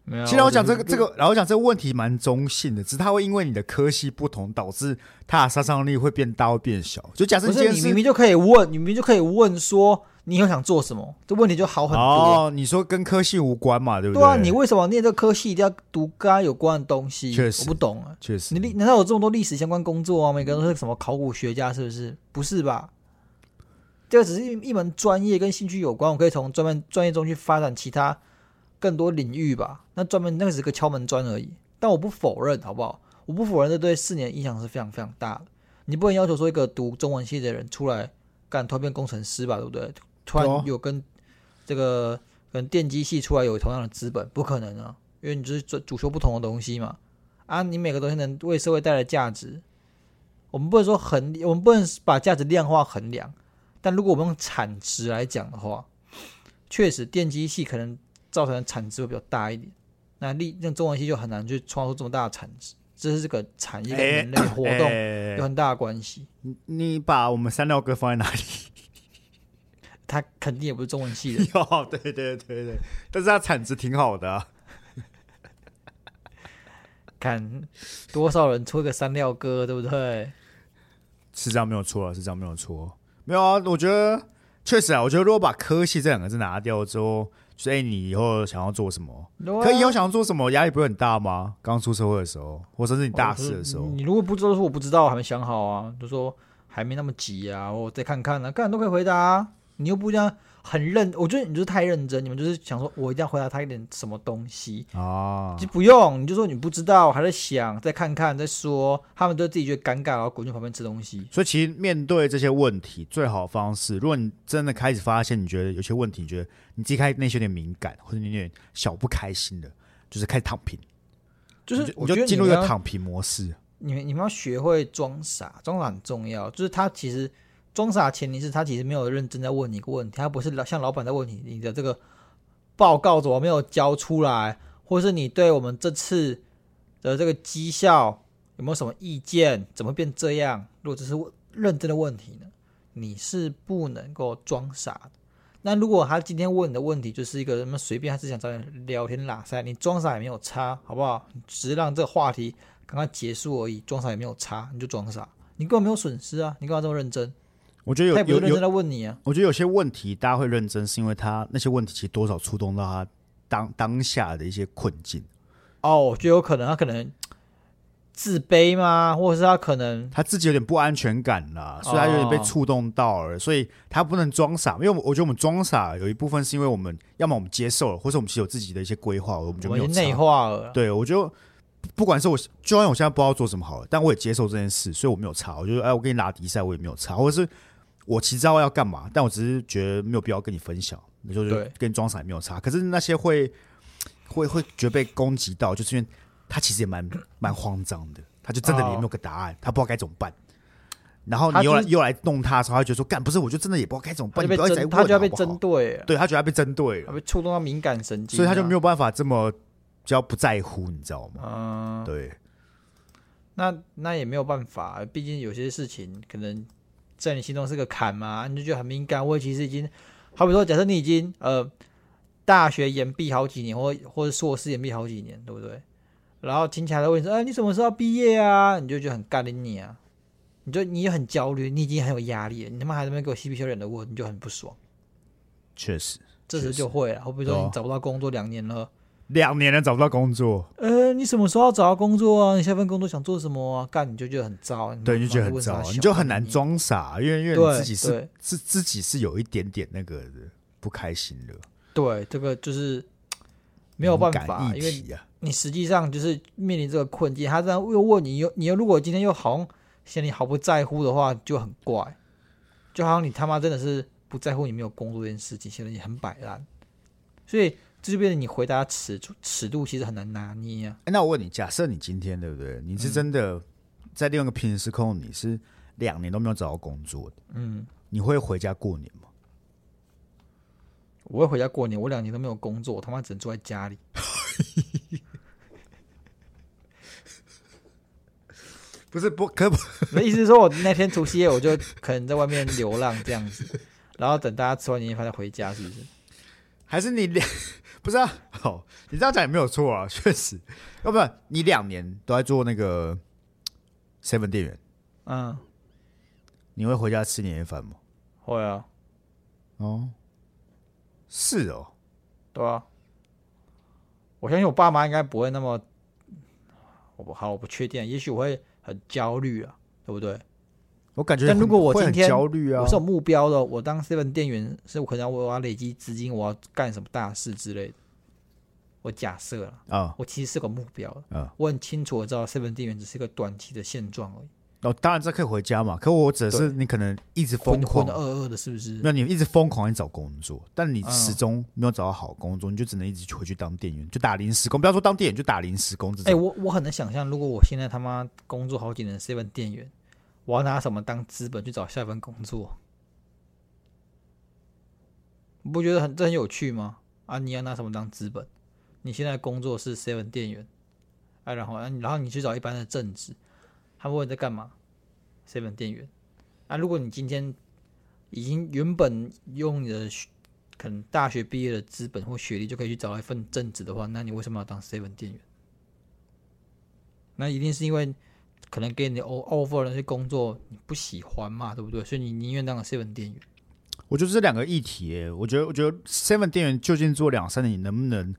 S2: 没有啊。
S1: 其实我讲
S2: 只
S1: 这
S2: 是
S1: 个这，个，然后讲这个问题蛮中性的，只是它会因为你的科系不同，导致它的杀伤力会变大或变小。就假设
S2: 不
S1: 你今
S2: 是
S1: 天
S2: 你明
S1: 是
S2: 明就可以问，你明明就可以问说你以后想做什么，这问题就好很多。
S1: 哦，你说跟科系无关嘛，对不
S2: 对
S1: 对？
S2: 啊，你为什么念这科系一定要读跟它有关的东西？
S1: 确实
S2: 我不懂啊。
S1: 确实
S2: 你历难道有这么多历史相关工作啊？每个人都是什么考古学家，是不是？不是吧？这个只是一一门专业跟兴趣有关，我可以从专门专业中去发展其他更多领域吧。那专门那个只是个敲门砖而已，但我不否认，好不好？我不否认这对四年影响是非常非常大的。你不能要求说一个读中文系的人出来干突然变工程师吧，对不对？突
S1: 对啊
S2: 然有跟这个跟电机系出来有同样的资本，不可能啊，因为你就是主主修不同的东西嘛。啊，你每个东西能为社会带来价值，我们不能说衡，我们不能把价值量化衡量，但如果我们用产值来讲的话，确实电机系可能造成的产值会比较大一点，那力那中文系就很难去创造出这么大的产值，这是这个产业跟人类活动
S1: 哎
S2: 有很大的关系。
S1: 你把我们三料哥放在哪里？，
S2: 他肯定也不是中文系的
S1: 有，哦对对对对，但是它产值挺好的、啊，
S2: 看多少人出一个三料哥，对不对？
S1: 是这样没有错啊，是这样没有错。没有啊，我觉得确实啊，我觉得如果把科系这两个字拿掉之后，所以你以后想要做什么？
S2: 啊
S1: 可以以后啊想要做什么，压力不会很大吗？刚出社会的时候，或甚至你大四的时候，
S2: 你如果不知道说我不知道，我还没想好啊，就说还没那么急啊，我再看看啊，干都可以回答、啊。你又不一定要很认，我觉得你就是太认真，你们就是想说我一定要回答他一点什么东西，
S1: 哦
S2: 就不用，你就说你不知道，还在想，再看看，再说，他们都自己觉得尴尬，然后滚去旁边吃东西。
S1: 所以其实面对这些问题，最好的方式，如果你真的开始发现你觉得有些问题，你觉得你自己开始内心有点敏感，或者你有点小不开心的，就是开始躺平，
S2: 就是
S1: 你
S2: 嗯我
S1: 就
S2: 觉
S1: 你
S2: 得
S1: 就进入
S2: 你
S1: 一
S2: 们
S1: 个
S2: 要
S1: 躺平模式。
S2: 你们你们要学会装傻，装傻很重要。就是他其实装傻，前提是他其实没有认真在问你一个问题，他不是老像老板在问你你的这个报告怎么没有交出来，或是你对我们这次的这个绩效有没有什么意见，怎么变这样？如果这是问认真的问题呢，你是不能够装傻的。那如果他今天问你的问题就是一个什么随便，他只想找你聊天拉塞，你装傻也没有差，好不好？你只是让这个话题刚刚结束而已，装傻也没有差，你就装傻，你根本没有损失啊！你干嘛这么认真？
S1: 我觉得
S2: 他也
S1: 有
S2: 不是
S1: 有
S2: 认真
S1: 有，
S2: 在问你啊。
S1: 我觉得有些问题大家会认真，是因为他那些问题其实多少触动到他当当下的一些困境，
S2: 哦，我觉得有可能他可能自卑吗？或者是他可能
S1: 他自己有点不安全感啦，所以他有点被
S2: 哦
S1: 触动到了，所以他不能装傻，因为我我觉得我们装傻有一部分是因为我们要么我们接受了，或者我们其实有自己的一些规划，我们就
S2: 我
S1: 没
S2: 已
S1: 有
S2: 经
S1: 差
S2: 内化了。
S1: 对，我就不管是我，就算我现在不知道做什么好了，但我也接受这件事，所以我没有差。我就哎，我跟你拉迪赛，我也没有差，或者是我其实知道要干嘛，但我只是觉得没有必要跟你分享，你就是
S2: 对
S1: 跟你装傻也没有差。可是那些会会会觉得被攻击到，就是因为他其实也蛮蛮慌张的，他就真的也没有个答案，他不知道该怎么办。然后
S2: 哦他
S1: 你
S2: 就
S1: 又来
S2: 是
S1: 又来弄他的时候，他就觉得说干不是，我就真的也不知道该怎么
S2: 他
S1: 办，
S2: 就
S1: 你
S2: 被
S1: 不要一直
S2: 针，
S1: 来
S2: 他就要
S1: 问
S2: 被
S1: 好不好
S2: 针对了，
S1: 对他觉得他被针对
S2: 他
S1: 了，
S2: 被触动到敏感神经啊，
S1: 所以他就没
S2: 有。
S1: 有办法这么比较不在乎，你知道吗？
S2: 嗯，
S1: 对。
S2: 那那也没有办法，毕竟有些事情可能在你心中是个坎嘛，你就觉得很敏感。我其实已经，好比说，假设你已经呃大学延毕好几年，或或者硕士延毕好几年，对不对？然后亲戚还在问你说，哎，你什么时候要毕业啊？你就觉得很干的你啊，你就你也很焦虑，你已经很有压力了，你他妈还在那边给我嬉皮笑脸的问，你就很不爽。
S1: 确实，
S2: 这时
S1: 确实
S2: 就会了，好比
S1: 对
S2: 说
S1: 啊
S2: 你找不到工作两年了。
S1: 两年了找不到工作，
S2: 呃，你什么时候要找到工作啊？你下份工作想做什么啊？干你就觉得很糟，你
S1: 对，
S2: 妈
S1: 你就觉得很
S2: 妈
S1: 糟
S2: 问，啥
S1: 你就很
S2: 小
S1: 难
S2: 你
S1: 装傻，因为因为
S2: 对
S1: 你自己是
S2: 对
S1: 自自己是有一点点那个的不开心的，
S2: 对，这个就是没有办
S1: 敏
S2: 法，
S1: 感
S2: 因
S1: 议
S2: 为
S1: 题啊，
S2: 你实际上就是面临这个困境。他这样又问你，又你又如果今天又好像嫌你毫不在乎的话，就很怪，就好像你他妈真的是不在乎你没有工作这件事情，显得你很摆烂。所以这就变成你回答尺度尺度其实很难拿捏啊。
S1: 哎那我问你，假设你今天对不对？你是真
S2: 嗯
S1: 的在另外一个平行时空，你是两年都没有找到工作的，
S2: 嗯，
S1: 你会回家过年吗？
S2: 我会回家过年，我两年都没有工作，我他妈只能坐在家里。
S1: 不是不可不
S2: 我的意思是说，我那天除夕夜我就可能在外面流浪这样子，然后等大家吃完年夜饭再回家，是不是？
S1: 还是你两不是啊？哦，你这样讲也没有错啊，确实，要不然你两年都在做那个 seven 店员，
S2: 嗯，
S1: 你会回家吃年夜饭吗？
S2: 会啊，
S1: 哦，是哦，
S2: 对啊。我相信我爸妈应该不会那么，我不好，我不确定，啊也许我会很焦虑啊，对不对？
S1: 我感觉
S2: 但
S1: 很
S2: 如果我
S1: 会很
S2: 今天
S1: 焦虑啊
S2: 我，是有目标的，我当 seven 店员是我可能要我要累积资金，我要干什么大事之类的。我假设了，
S1: 啊，
S2: 我其实是个目标的，
S1: 嗯
S2: 我很清楚，我知道 seven 店员只是一个短期的现状而已，
S1: 哦，当然这可以回家嘛，可我只是你可能一直疯
S2: 浑浑
S1: 狂，
S2: 噩噩的，是不是？
S1: 那你一直疯狂去找工作，但你
S2: 嗯
S1: 始终没有找到好工作，你就只能一直回去当店员，就打临时工，不要说当店员，就打临时工这
S2: 哎、
S1: 种。
S2: 我我很难想象，如果我现在他妈工作好几年 seven 店员，我要拿什么当资本去找下一份工作？你不觉得很这很有趣吗？啊，你要拿什么当资本？你现在工作是 seven 店员，啊，然后啊，然后你去找一般的正职，他们问你在干嘛？seven 店员，啊，如果你今天已经原本用你的学可能大学毕业的资本或学历就可以去找到一份正职的话，那你为什么要当 seven 店员？那一定是因为可能给你 o- offer 的那些工作你不喜欢嘛，对不对？所以你宁愿当个 seven 店员。
S1: 我觉得这两个议题耶，我觉得我觉得 seven 店员究竟做两三年，你能不能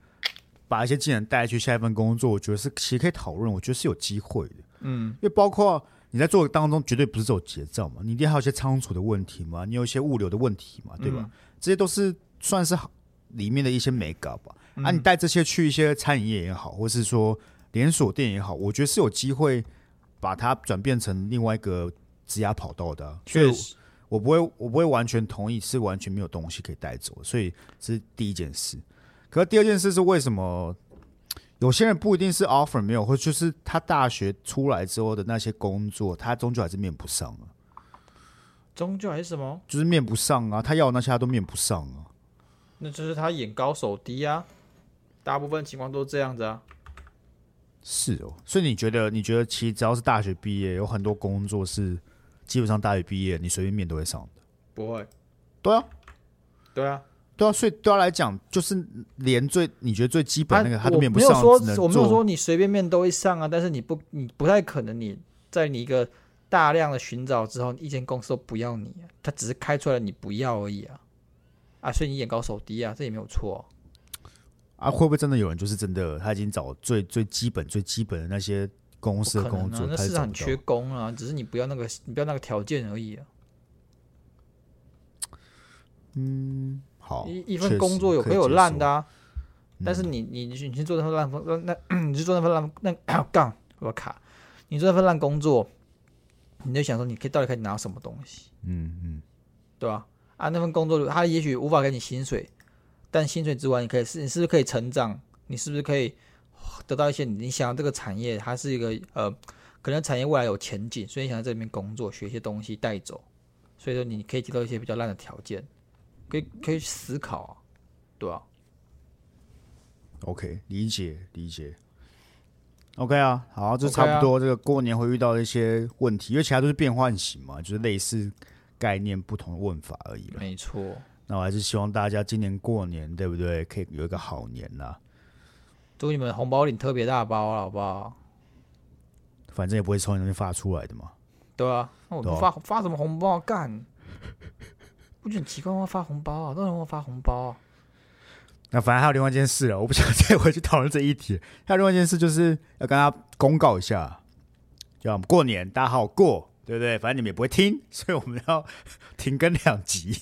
S1: 把一些技能带去下一份工作？我觉得是其实可以讨论，我觉得是有机会的。
S2: 嗯，
S1: 因为包括你在做的当中绝对不是只有结账嘛，你一定还有一些仓储的问题嘛，你有一些物流的问题嘛，对吧？这些都是算是好里面的一些美感吧。
S3: 嗯
S1: 啊，你带这些去一些餐饮业也好，或是说连锁店也好，我觉得是有机会把它转变成另外一个职涯跑道的啊、所以
S3: 确实，
S1: 我不会，我不会完全同意，是完全没有东西可以带走，所以这是第一件事。可是第二件事是为什么有些人不一定是 offer 没有，或就是他大学出来之后的那些工作，他终究还是面不上啊，
S3: 终究还是什么？
S1: 就是面不上啊，他要的那些他都面不上啊。
S2: 那就是他眼高手低啊，大部分情况都这样子啊。
S1: 是哦，所以你觉得，你觉得其实只要是大学毕业，有很多工作是基本上大学毕业你随便面都会上的。
S2: 不会，
S1: 对啊，
S2: 对啊，
S1: 对啊，所以对他来讲，就是连最你觉得最基本那个他都
S2: 啊我
S1: 面不
S2: 没有
S1: 上，
S2: 说
S1: 只能，
S2: 我没有
S1: 做
S2: 说你随便面都会上啊，但是你不，你不太可能你在你一个大量的寻找之后，一间公司都不要你啊、他只是开出来你不要而已啊，啊，所以你眼高手低啊，这也没有错、
S1: 啊，会不会真的有人就是真的他已经找最最基本最基本的那些公司
S2: 不
S1: 的
S2: 可
S1: 工
S2: 能
S1: 作，
S2: 啊，那
S1: 他是
S2: 市
S1: 找不
S2: 场
S1: 到
S2: 缺工啊，只是你不要那个，你不要那个条件而已啊。
S1: 好
S2: 一一份
S1: 确
S2: 工
S1: 实
S2: 作有
S1: 可以
S2: 会有
S1: 接
S2: 烂
S1: 受嗯
S2: 的啊，但是你你你去你去做那份烂工，那那你去做那份烂那 杠我卡，你做那份烂工作，你就想说你可以到底可以拿什么东西，
S1: 嗯嗯，
S2: 对吧？啊，那份工作他也许无法给你薪水，但薪水之外，你可以是你是不是可以成长？你是不是可以得到一些你你想要这个产业它是一个呃，可能产业未来有前景，所以你想在这里面工作，学一些东西带走，所以说你可以接到一些比较烂的条件，可以可以去思考、啊，对吧、
S1: OK，理解理解。OK 啊，好，就
S2: OK
S1: 差
S2: 啊
S1: 不多。这个过年会遇到的一些问题，因为其他都是变换型嘛，就是类似概念不同的问法而已了。
S2: 没错，
S1: 那我还是希望大家今年过年，对不对？可以有一个好年呐、
S2: 祝你们红包领特别大包啊，好不好？
S1: 反正也不会从你那边发出来的嘛。
S2: 对啊，那我
S1: 对
S2: 们
S1: 啊
S2: 发、发什么红包啊干？不觉得很奇怪吗？发红包啊，都人会发红包、啊。
S1: 那反正还有另外一件事啊，我不想 再回去讨论这一题。还有另外一件事就是要跟大家公告一下，叫我们过年大家好好过，对不对？反正你们也不会听， 所以我们要停更两集。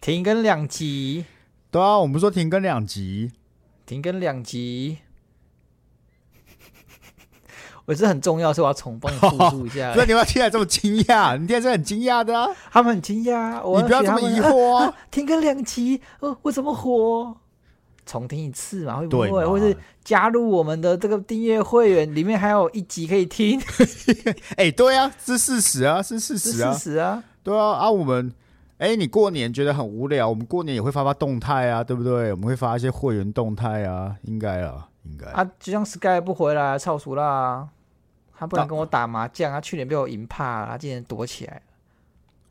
S2: 停更两集，
S1: 对啊，我们说停更两集，
S2: 停更两集。 我是很重要，所以我要重帮你复述一 下
S1: 所。以你要听来这么惊讶，你听来是很惊讶的啊，
S2: 他们很惊讶，我
S1: 你不要
S2: 学
S1: 这
S2: 他
S1: 么
S2: 们
S1: 疑惑啊。
S2: 停更两集，呃，我怎么火？重听一次嘛，会不
S1: 对
S2: 会？
S1: 嘛
S2: 或是加入我们的这个订阅会员，里面还有一集可以听，
S1: 哎、对啊，是事实啊， 是事
S2: 是
S1: 实
S2: 事
S1: 啊，
S2: 实啊。
S1: 对啊啊，我们。哎，你过年觉得很无聊，我们过年也会发发动态啊，对不对？我们会发一些会员动态啊，应该啊，应该。
S2: 啊，就像 Sky 不回来，操熟啦、他不
S1: 那
S2: 敢跟我打麻将，他去年被我赢怕了，他今年躲起来了。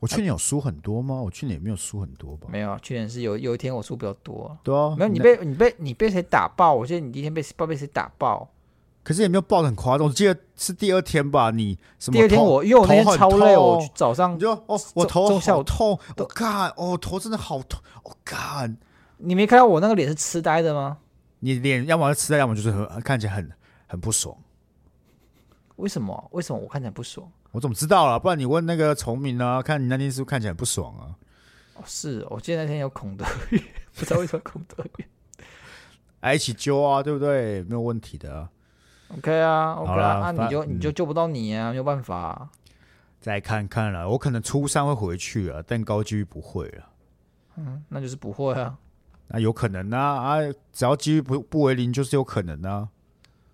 S1: 我去年有输很多吗？我去年也没有输很多吧？
S2: 没有，去年是有有一天我输比较多，
S1: 对啊，
S2: 没有你
S1: 那，
S2: 被你被你被谁打爆？我记得你第一天被不知道被谁打爆，
S1: 可是也没有爆的很夸张。我记得是第二天吧，你什么
S2: 第二天
S1: 头
S2: 我因为我那天
S1: 头很
S2: 超累，
S1: 痛
S2: 我去早上
S1: 你就哦，我头
S2: 中下
S1: 好
S2: 午
S1: 痛，我干、哦，头真的好痛，哦我、干，
S2: 你没看到我那个脸是痴呆的吗？
S1: 你脸要么吃，要么就是很看起来很很不爽。
S2: 为什么？为什么我看起来不爽？
S1: 我怎么知道啊了？不然你问那个崇明啊，看你那天是不是看起来很不爽啊？
S2: 哦、是我记得那天有孔德宇， 不知道为什么孔德宇。
S1: 哎，一起揪啊，对不对？没有问题的啊、
S2: OK 啊，OK
S1: 好
S2: 啊，
S1: 啦
S2: 啊
S1: 反嗯
S2: 你就你就救不到你啊，没有办法啊、
S1: 再看看了，我可能初三会回去啊，但高几率不会了。
S2: 嗯，那就是不会啊。
S1: 那有可能啊啊，只要几率不不为零，就是有可能啊。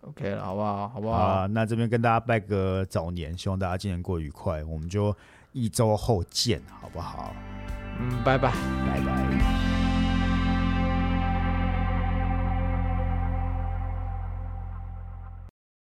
S2: OK 了，好不好？好不好？
S1: 啊，那这边跟大家拜个早年，希望大家今年过得愉快，我们就一周后见，好不好？
S2: 嗯，拜拜。
S1: 拜拜。